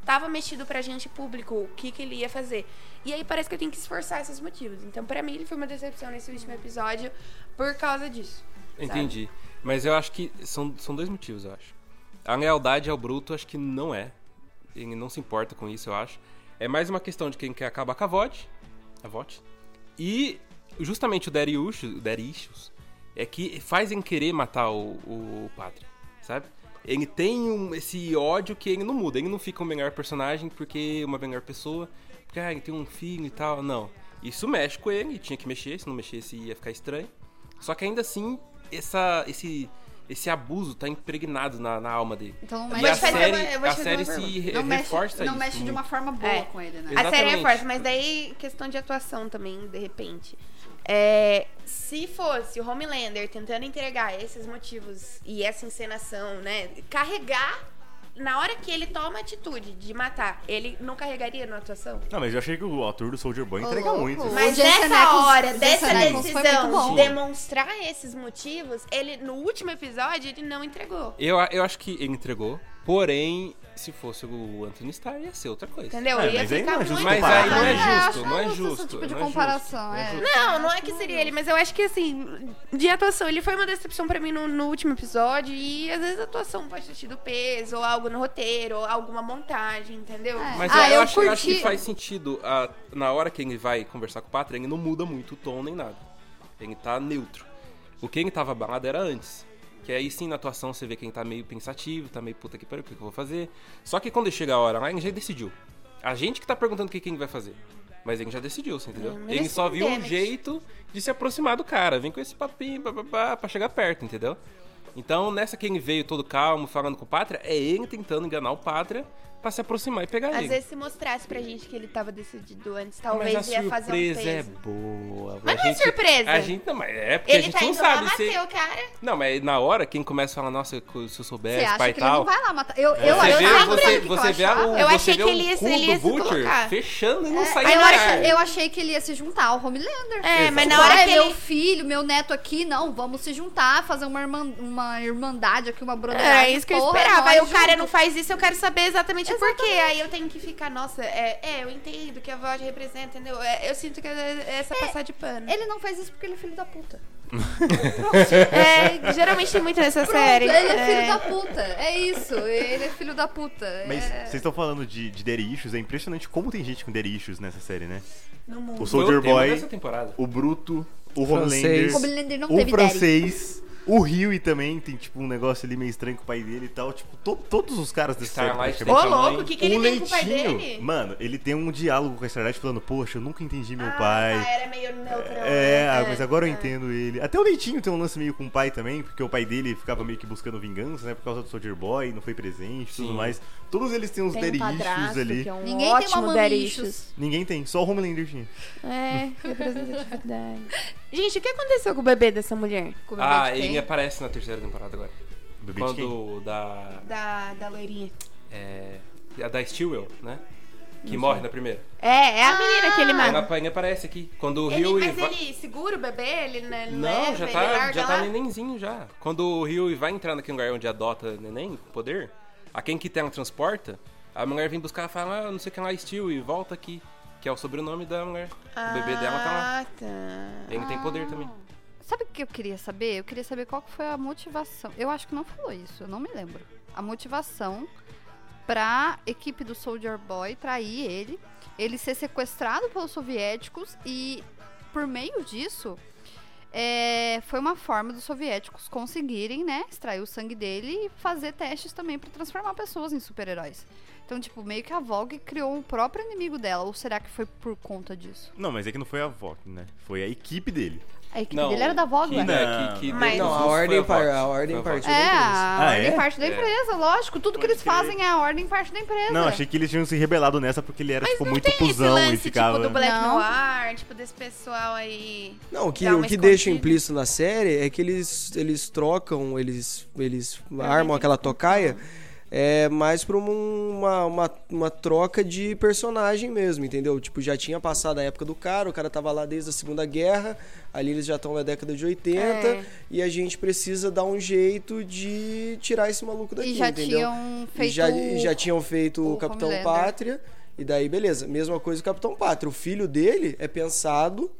A: tava mexido pra gente público o que, que ele ia fazer. E aí parece que eu tenho que esforçar esses motivos. Então, pra mim, ele foi uma decepção nesse último episódio por causa disso.
E: Entendi. Mas eu acho que são, são dois motivos, eu acho. A lealdade ao Bruto, acho que não é. Ele não se importa com isso, eu acho. É mais uma questão de quem quer acabar com a VOD. A VOD. E justamente o Darius, o Darius, é que fazem querer matar o, o Pátria, sabe? Ele tem um- esse ódio que ele não muda. Ele não fica o melhor personagem porque é uma melhor pessoa. Porque ah, ele tem um filho e tal. Não. Isso mexe com ele, tinha que mexer. Se não mexesse, ia ficar estranho. Só que ainda assim, essa, esse, esse abuso tá impregnado na, na alma dele.
I: Então não
E: e a
I: mexe,
A: fazer
E: série,
A: uma- eu vou
E: a
A: te fazer
E: série
A: uma
E: se
A: pergunta.
E: re-
I: não mexe,
E: reforça
I: não
E: isso.
I: mexe de uma forma boa
A: É.
I: com ele, né?
E: Exato.
A: A série é
E: Exatamente.
A: forte, mas daí questão de atuação também, de repente. É, se fosse o Homelander tentando entregar esses motivos e essa encenação, né? Carregar na hora que ele toma a atitude de matar, ele não carregaria na atuação?
F: Não, mas eu achei que o ator do Soldier Boy
I: Ô,
F: entrega
I: louco.
F: muito.
I: O
A: Mas
I: Jensen
A: nessa
I: Ackles-
A: hora,
I: Jensen
A: dessa
I: Ackles foi muito
A: decisão
I: bom.
A: de demonstrar esses motivos, ele no último episódio ele não entregou.
E: Eu, eu acho que ele entregou, porém, se fosse o Anthony Starr, ia ser outra coisa.
A: Entendeu?
F: É,
A: Ia
F: mas aí não
A: ficar
F: é
A: muito
F: justo
E: Mas
F: comparar,
E: aí não é
F: né?
E: justo,
I: acho
E: não é
I: justo esse
E: justo.
I: tipo de
E: não é justo,
I: comparação,
E: não
I: é.
E: justo.
A: Não, não é que seria ele, mas eu acho que assim, de atuação, ele foi uma decepção pra mim no, no último episódio e às vezes a atuação pode ter tido peso, ou algo no roteiro, ou alguma montagem, entendeu?
I: É.
E: Mas
I: Ah,
E: eu, eu
I: eu
E: acho, eu acho
I: curti-
E: que faz sentido. a- na hora que ele vai conversar com o Pátria, ele não muda muito o tom nem nada. Ele tá neutro. O que ele tava abalado era antes. Que aí sim, na atuação, você vê quem tá meio pensativo, tá meio puta que pariu, o que que eu vou fazer. Só que quando ele chega a hora lá, ele já decidiu. A gente que tá perguntando o que quem vai fazer. Mas ele já decidiu, você entendeu?
A: mas
E: ele
A: esse
E: só
A: é um
E: viu um
A: damage.
E: jeito de se aproximar do cara. Vem com esse papinho, bababá, pra chegar perto, entendeu? Então, nessa que ele veio todo calmo, falando com o Pátria, é ele tentando enganar o Pátria pra se aproximar e pegar ele.
A: Às vezes se mostrasse pra gente que ele tava decidido antes,
E: Mas
A: talvez
E: a
A: ia fazer um
E: surpresa é
A: peso.
E: boa.
A: Mas
E: A
A: não é
E: gente-
A: surpresa.
E: A gente não, mas é porque a
A: Ele
E: gente
A: tá
E: não
A: indo lá,
E: sabe. se-
A: bateu, cara.
E: Não, mas na hora, quem começa a falar, nossa, se eu
I: Você
E: soubesse,
I: acha
E: pai
I: que
E: e
I: ele
E: tal.
I: não vai lá matar? Eu, eu
E: É, você
I: acho
E: vê,
I: eu lembro
E: você,
I: o que
E: você
I: eu
E: vê
I: achava.
E: a, o,
A: Eu
E: você
A: achei
E: vê
A: que
E: o
A: ele ia-
E: cu
A: ele ia
E: do
A: se
E: Butcher
A: colocar.
E: fechando e não
I: Aí
E: saindo
I: eu,
E: do
I: achei-
E: ar.
I: eu achei que ele ia se juntar ao Homelander.
A: É, mas na
I: Tipo,
A: hora
I: "Ah,
A: que
I: meu
A: ele-
I: filho, meu neto aqui, não, vamos se juntar, fazer uma, irmã, uma irmandade aqui, uma broderagem.
A: Era É, isso que eu
I: porra,
A: esperava.
I: nós
A: Aí o cara
I: juntos."
A: não faz isso, eu quero saber exatamente, por quê. Aí eu tenho que ficar, nossa, é, é, eu entendo que a voz representa, entendeu? É, eu sinto que é essa passar de pano.
I: Ele não faz isso porque ele é filho da puta.
A: É, geralmente tem muito nessa série.
I: Ele é
A: É.
I: filho da puta. É isso. Ele é filho da puta. É-
F: Mas vocês estão falando de, de daddy issues, é impressionante como tem gente com daddy issues nessa série, né? O
E: Foi
F: Soldier
E: o tema
F: Boy,
E: dessa temporada.
F: o Bruto, o Homelander,
H: Francês.
I: O Homelander não
F: o
I: teve daddy.
F: francês, o Rio e também tem tipo um negócio ali meio estranho com o pai dele e tal, tipo, to- todos os caras dessa série.
E: Starlight
F: praticamente.
E: tem
A: Ô,
E: tamanho.
A: louco, o que, que ele
F: o
A: tem com o pai
F: Um Leitinho,
A: dele?
F: mano, ele tem um diálogo com a Starlight falando, poxa, eu nunca entendi meu
A: Ah,
F: pai.
A: era meio neutro.
F: É, ah,
A: né?
F: mas agora eu entendo ele. Até o Leitinho tem um lance meio com o pai também, porque o pai dele ficava meio que buscando vingança, né? Por causa do Soldier Boy, não foi presente e tudo
E: Sim.
F: mais. Todos eles têm uns
A: Tem um
F: daddy issues
A: padrasto,
F: ali.
A: que é um
I: Ninguém tem uma
A: ótimo
I: mãe
A: daddy
I: issues.
F: Ninguém tem, só o Homelander tinha.
A: É, representatividade. Gente, o que aconteceu com o bebê dessa mulher?
I: Como é que
E: Ah,
I: tem?
E: ele aparece na terceira temporada agora.
F: O bebê de quem?
E: Quando da.
A: Da, da loirinha.
E: É, a da Stewell, né? Que morre na primeira.
A: É, é a menina que ele
E: Ela
A: mata.
E: apa- ainda aparece aqui. Quando o
A: Ele,
E: Rio e
A: mas
E: vai...
A: ele segura o bebê? Ele né, ele
E: Não,
A: leva,
E: já
A: ele
E: tá,
A: larga
E: já tá
A: lá?
E: nenenzinho já. Quando o Rio vai entrar naquele lugar onde adota neném, poder, a quem que tem transporta, a mulher vem buscar e fala, ah, não sei o que lá, Steel, e volta aqui. Que é o sobrenome da mulher. O bebê dela tá lá.
A: Ah, tá.
E: Ele tem poder também.
I: Sabe o que eu queria saber? Eu queria saber qual que foi a motivação. Eu acho que não falou isso, eu não me lembro. A motivação pra equipe do Soldier Boy trair ele, ele ser sequestrado pelos soviéticos e por meio disso é, foi uma forma dos soviéticos conseguirem, né, extrair o sangue dele e fazer testes também pra transformar pessoas em super-heróis. Então, tipo, meio que a Vogue criou o próprio inimigo dela, ou será que foi por conta disso?
F: Não, mas é que não foi a Vok, né? Foi a equipe dele.
I: A equipe
E: Não,
I: dele era da Vogue.
E: que-
I: ué.
E: é, que- que
A: Mas-
E: deu
H: Não, a
E: foi
H: ordem, par-
E: Vox.
H: a ordem
E: Foi Vox.
H: partiu
I: É,
H: da
I: a
F: Ah,
I: ordem
F: é?
I: parte da
E: É.
I: empresa, lógico. Tudo que
J: Pode
I: eles
J: crer.
I: fazem é a ordem parte da empresa.
F: Não, achei que eles tinham se rebelado nessa porque ele era, tipo,
A: é. não
F: muito
A: tem
F: cuzão
A: esse lance,
F: e ficava.
A: tipo, do Black
I: Não.
A: Noir, tipo, desse pessoal aí...
H: Não, o que,
A: Dá
H: o
A: uma
H: que deixa
A: escondida.
H: implícito na série é que eles, eles trocam, eles, eles armam aquela tocaia é, mais pra um- uma, uma, uma troca de personagem mesmo, entendeu? Tipo, já tinha passado a época do cara, o cara tava lá desde a Segunda Guerra, ali eles já estão na década de 80,
A: É.
H: e a gente precisa dar um jeito de tirar esse maluco daqui,
I: E já
H: entendeu?
I: tinham
H: E
I: feito.
H: já, e já tinham feito o,
I: o
H: Capitão
I: Homelander.
H: Pátria. E daí, beleza. Mesma coisa o Capitão Pátria. O filho dele é pensado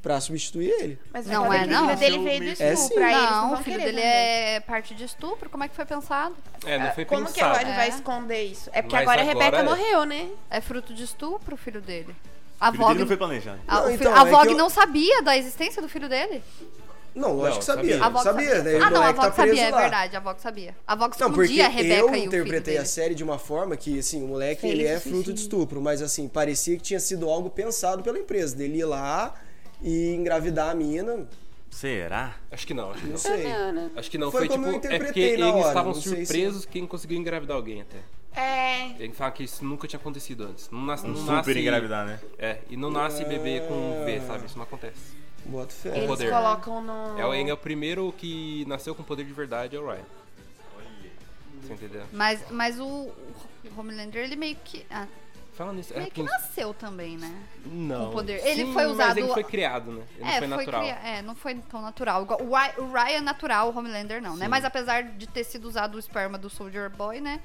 H: pra substituir ele.
A: Mas
I: Não
A: o
I: é, não.
A: filho dele veio do
H: É,
A: estupro,
H: sim.
A: aí eles
I: Não,
A: vão
I: então, o filho
A: querer
I: dele
A: também.
I: é parte de estupro. Como é que foi pensado?
E: É, não foi
A: Como
E: pensado.
A: que agora ele vai
I: É.
A: esconder isso? É porque
E: Mas
A: agora a
E: agora
A: Rebeca
E: é.
A: morreu, né?
I: É fruto de estupro o filho dele. A
J: O filho dele
I: Vogue.
J: não foi planejado.
I: A,
H: Não,
I: o fi-
H: então,
I: a
H: é que
I: Vogue
H: eu-
I: não sabia da existência do filho dele.
H: Não, lógico que
E: sabia.
H: sabia.
I: A Vogue
H: sabia, né?
I: Ah,
H: o
I: não, a
H: moleque
I: Vogue
H: tá preso
I: sabia, é
H: lá.
I: verdade. A Vogue sabia. A Vogue
H: Não, porque
I: escondia a Rebeca
H: eu
I: e o filho
H: interpretei
I: dele.
H: a série de uma forma que, assim, o moleque, ele é fruto de estupro. Mas, assim, parecia que tinha sido algo pensado pela empresa. Dele ir lá e engravidar a mina.
J: Será?
E: Acho que não, acho que
H: Não
E: não.
H: sei.
E: Acho que não,
H: Foi
E: foi,
H: como eu
E: tipo, é porque
H: interpretei
E: eles
H: na hora,
E: estavam
H: não sei se-
E: surpresos quem conseguiu engravidar alguém até.
A: É.
E: Ele fala que isso nunca tinha acontecido antes. Não nasce,
J: Um
E: não
J: super
E: nasce,
J: engravidar, né?
E: É, e não nasce bebê com V, sabe? Isso não acontece.
H: Bota fé.
E: Com
A: Eles
E: poder.
A: colocam no...
E: É, o- ele é o primeiro que nasceu com poder de verdade, é o Ryan. Você entendeu?
I: Mas, mas o, o Homelander, ele meio que. ah,
E: Fala nisso. Era
I: meio que
E: quem-
I: nasceu também, né?
E: É Não.
I: com poder. Ele
E: Sim,
I: foi
E: Mas
I: usado-
E: ele foi criado, né? Ele não foi natural.
I: cria- é, não foi tão natural. Igual O Ry- o Ryan é natural, o Homelander não, né? Mas apesar de ter sido usado o esperma do Soldier Boy, né?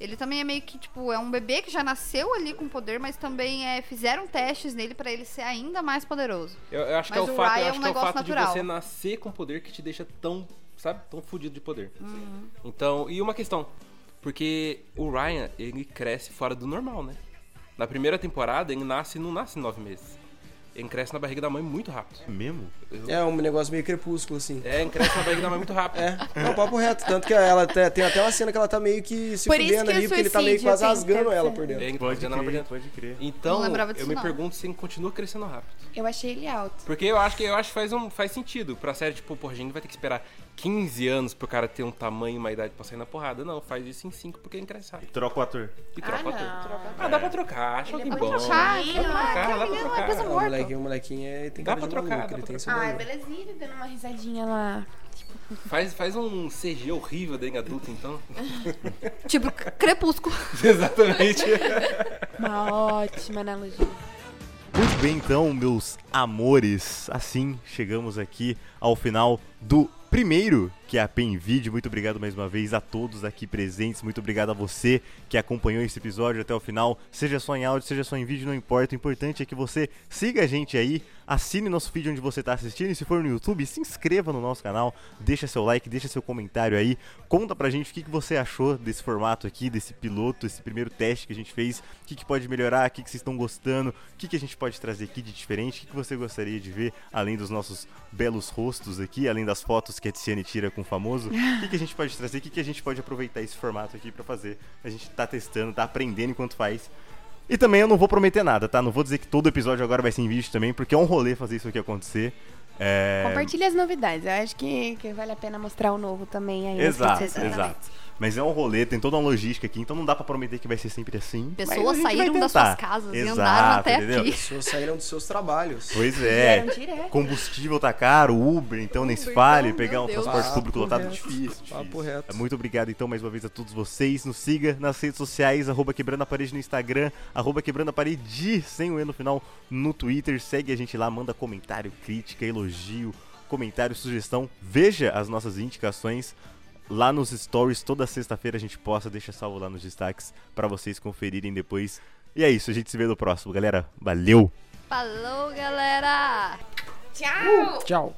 I: Ele também é meio que, tipo, é um bebê que já nasceu ali com poder, mas também é, fizeram testes nele pra ele ser ainda mais poderoso.
E: Eu, eu acho que é
I: Mas
E: o
I: o
E: fato,
I: Ryan
E: eu
I: é
E: acho
I: um
E: que é o
I: negócio
E: fato
I: natural.
E: de você nascer com poder que te deixa tão, sabe, tão fudido de poder.
I: Uhum.
E: Então, e uma questão, porque o Ryan, ele cresce fora do normal, né? Na primeira temporada, ele nasce não nasce em nove meses. Ele cresce na barriga da mãe muito rápido.
F: Mesmo?
H: É um negócio meio crepúsculo, assim.
E: É, ele cresce na barriga da mãe muito rápido.
H: É, é um papo reto. Tanto que ela até- tem até uma cena que ela tá meio que se
A: Por isso
H: fudendo
A: que o
H: ali, porque ele tá meio
A: suicídio
H: que
A: assim,
H: quase
A: tem
H: rasgando
A: tanto-
H: ela por dentro.
E: Ele
J: Pode
E: tá na barriga
J: crer,
E: da-
J: pode crer.
E: Então,
I: Não lembrava
E: eu
I: disso,
E: me
I: não.
E: pergunto se ele continua crescendo rápido.
A: Eu achei ele alto.
E: Porque eu acho que eu acho que faz, um, faz sentido. Pra série, tipo, porra, a gente não vai ter que esperar 15 anos pro cara ter um tamanho e uma idade pra sair na porrada. Não, faz isso em 5 porque ele cresce rápido.
J: Troca o ator.
E: E troca ah, tudo. Ah, dá pra trocar. Acho
I: é
E: que bom.
I: trocar,
E: Dá pra
I: aquele
E: trocar, dá
I: lá, aquele
E: pra
I: menino é
E: trocar. né?
I: peso
H: O
I: morto.
H: molequinho, o molequinho é, tem
E: Dá
H: cara
E: pra
H: de
E: trocar,
H: maluco,
E: dá
H: ele
E: pra
H: tem seu
E: trocar.
A: Ai,
H: valor.
A: belezinha, ele dando uma risadinha lá.
E: Faz, faz um CG horrível dele adulto, então.
I: Tipo, c- crepúsculo.
E: Exatamente.
A: Uma ótima analogia.
F: Muito bem, então, meus amores. Assim chegamos aqui ao final do primeiro, que é a PenVid. Muito obrigado mais uma vez a todos aqui presentes. Muito obrigado a você que acompanhou esse episódio até o final. Seja só em áudio, seja só em vídeo, não importa. O importante é que você siga a gente aí, assine nosso vídeo onde você está assistindo. E se for no YouTube, se inscreva no nosso canal, deixa seu like, deixa seu comentário aí. Conta pra gente o que, que você achou desse formato aqui, desse piloto, esse primeiro teste que a gente fez. O que, que pode melhorar, o que, que vocês estão gostando, o que, que a gente pode trazer aqui de diferente, o que, que você gostaria de ver, além dos nossos belos rostos aqui, além das fotos que a Tiziane tira com o famoso. O que, que a gente pode trazer, o que, que a gente pode aproveitar esse formato aqui pra fazer. A gente tá testando, tá aprendendo enquanto faz. E também eu não vou prometer nada, tá? Não vou dizer que todo episódio agora vai ser em vídeo também, porque é um rolê fazer isso aqui acontecer. É...
A: Compartilha as novidades. Eu acho que, que vale a pena mostrar o novo também
I: É,
A: aí. nas
F: Exato,
A: redes sociais.
F: exato. Mas é um rolê, tem toda uma logística aqui, então não dá pra prometer que vai ser sempre assim. mas a
I: Pessoas
F: gente vai
I: saíram das
F: tentar.
I: suas casas e
F: Exato,
I: andaram até
F: entendeu?
I: aqui.
H: As pessoas saíram dos seus trabalhos.
F: Pois é.
A: Vieram direto.
F: Combustível tá caro, Uber, então nem se
I: Uber,
F: fale,
I: então,
F: pegar
I: meu
F: um
I: Deus.
F: transporte
H: Papo
F: público lotado
H: reto.
F: difícil,
H: Papo
F: difícil.
H: reto.
F: Muito obrigado então mais uma vez a todos vocês. Nos siga nas redes sociais, arroba quebrando a parede no Instagram, arroba quebrando a parede sem o E no final no Twitter. Segue a gente lá, manda comentário, crítica, elogio, comentário, sugestão. Veja as nossas indicações lá nos stories toda sexta-feira a gente posta, deixa salvo lá nos destaques pra vocês conferirem depois. E é isso, a gente se vê no próximo, galera. Valeu.
I: Falou, galera!
H: Tchau.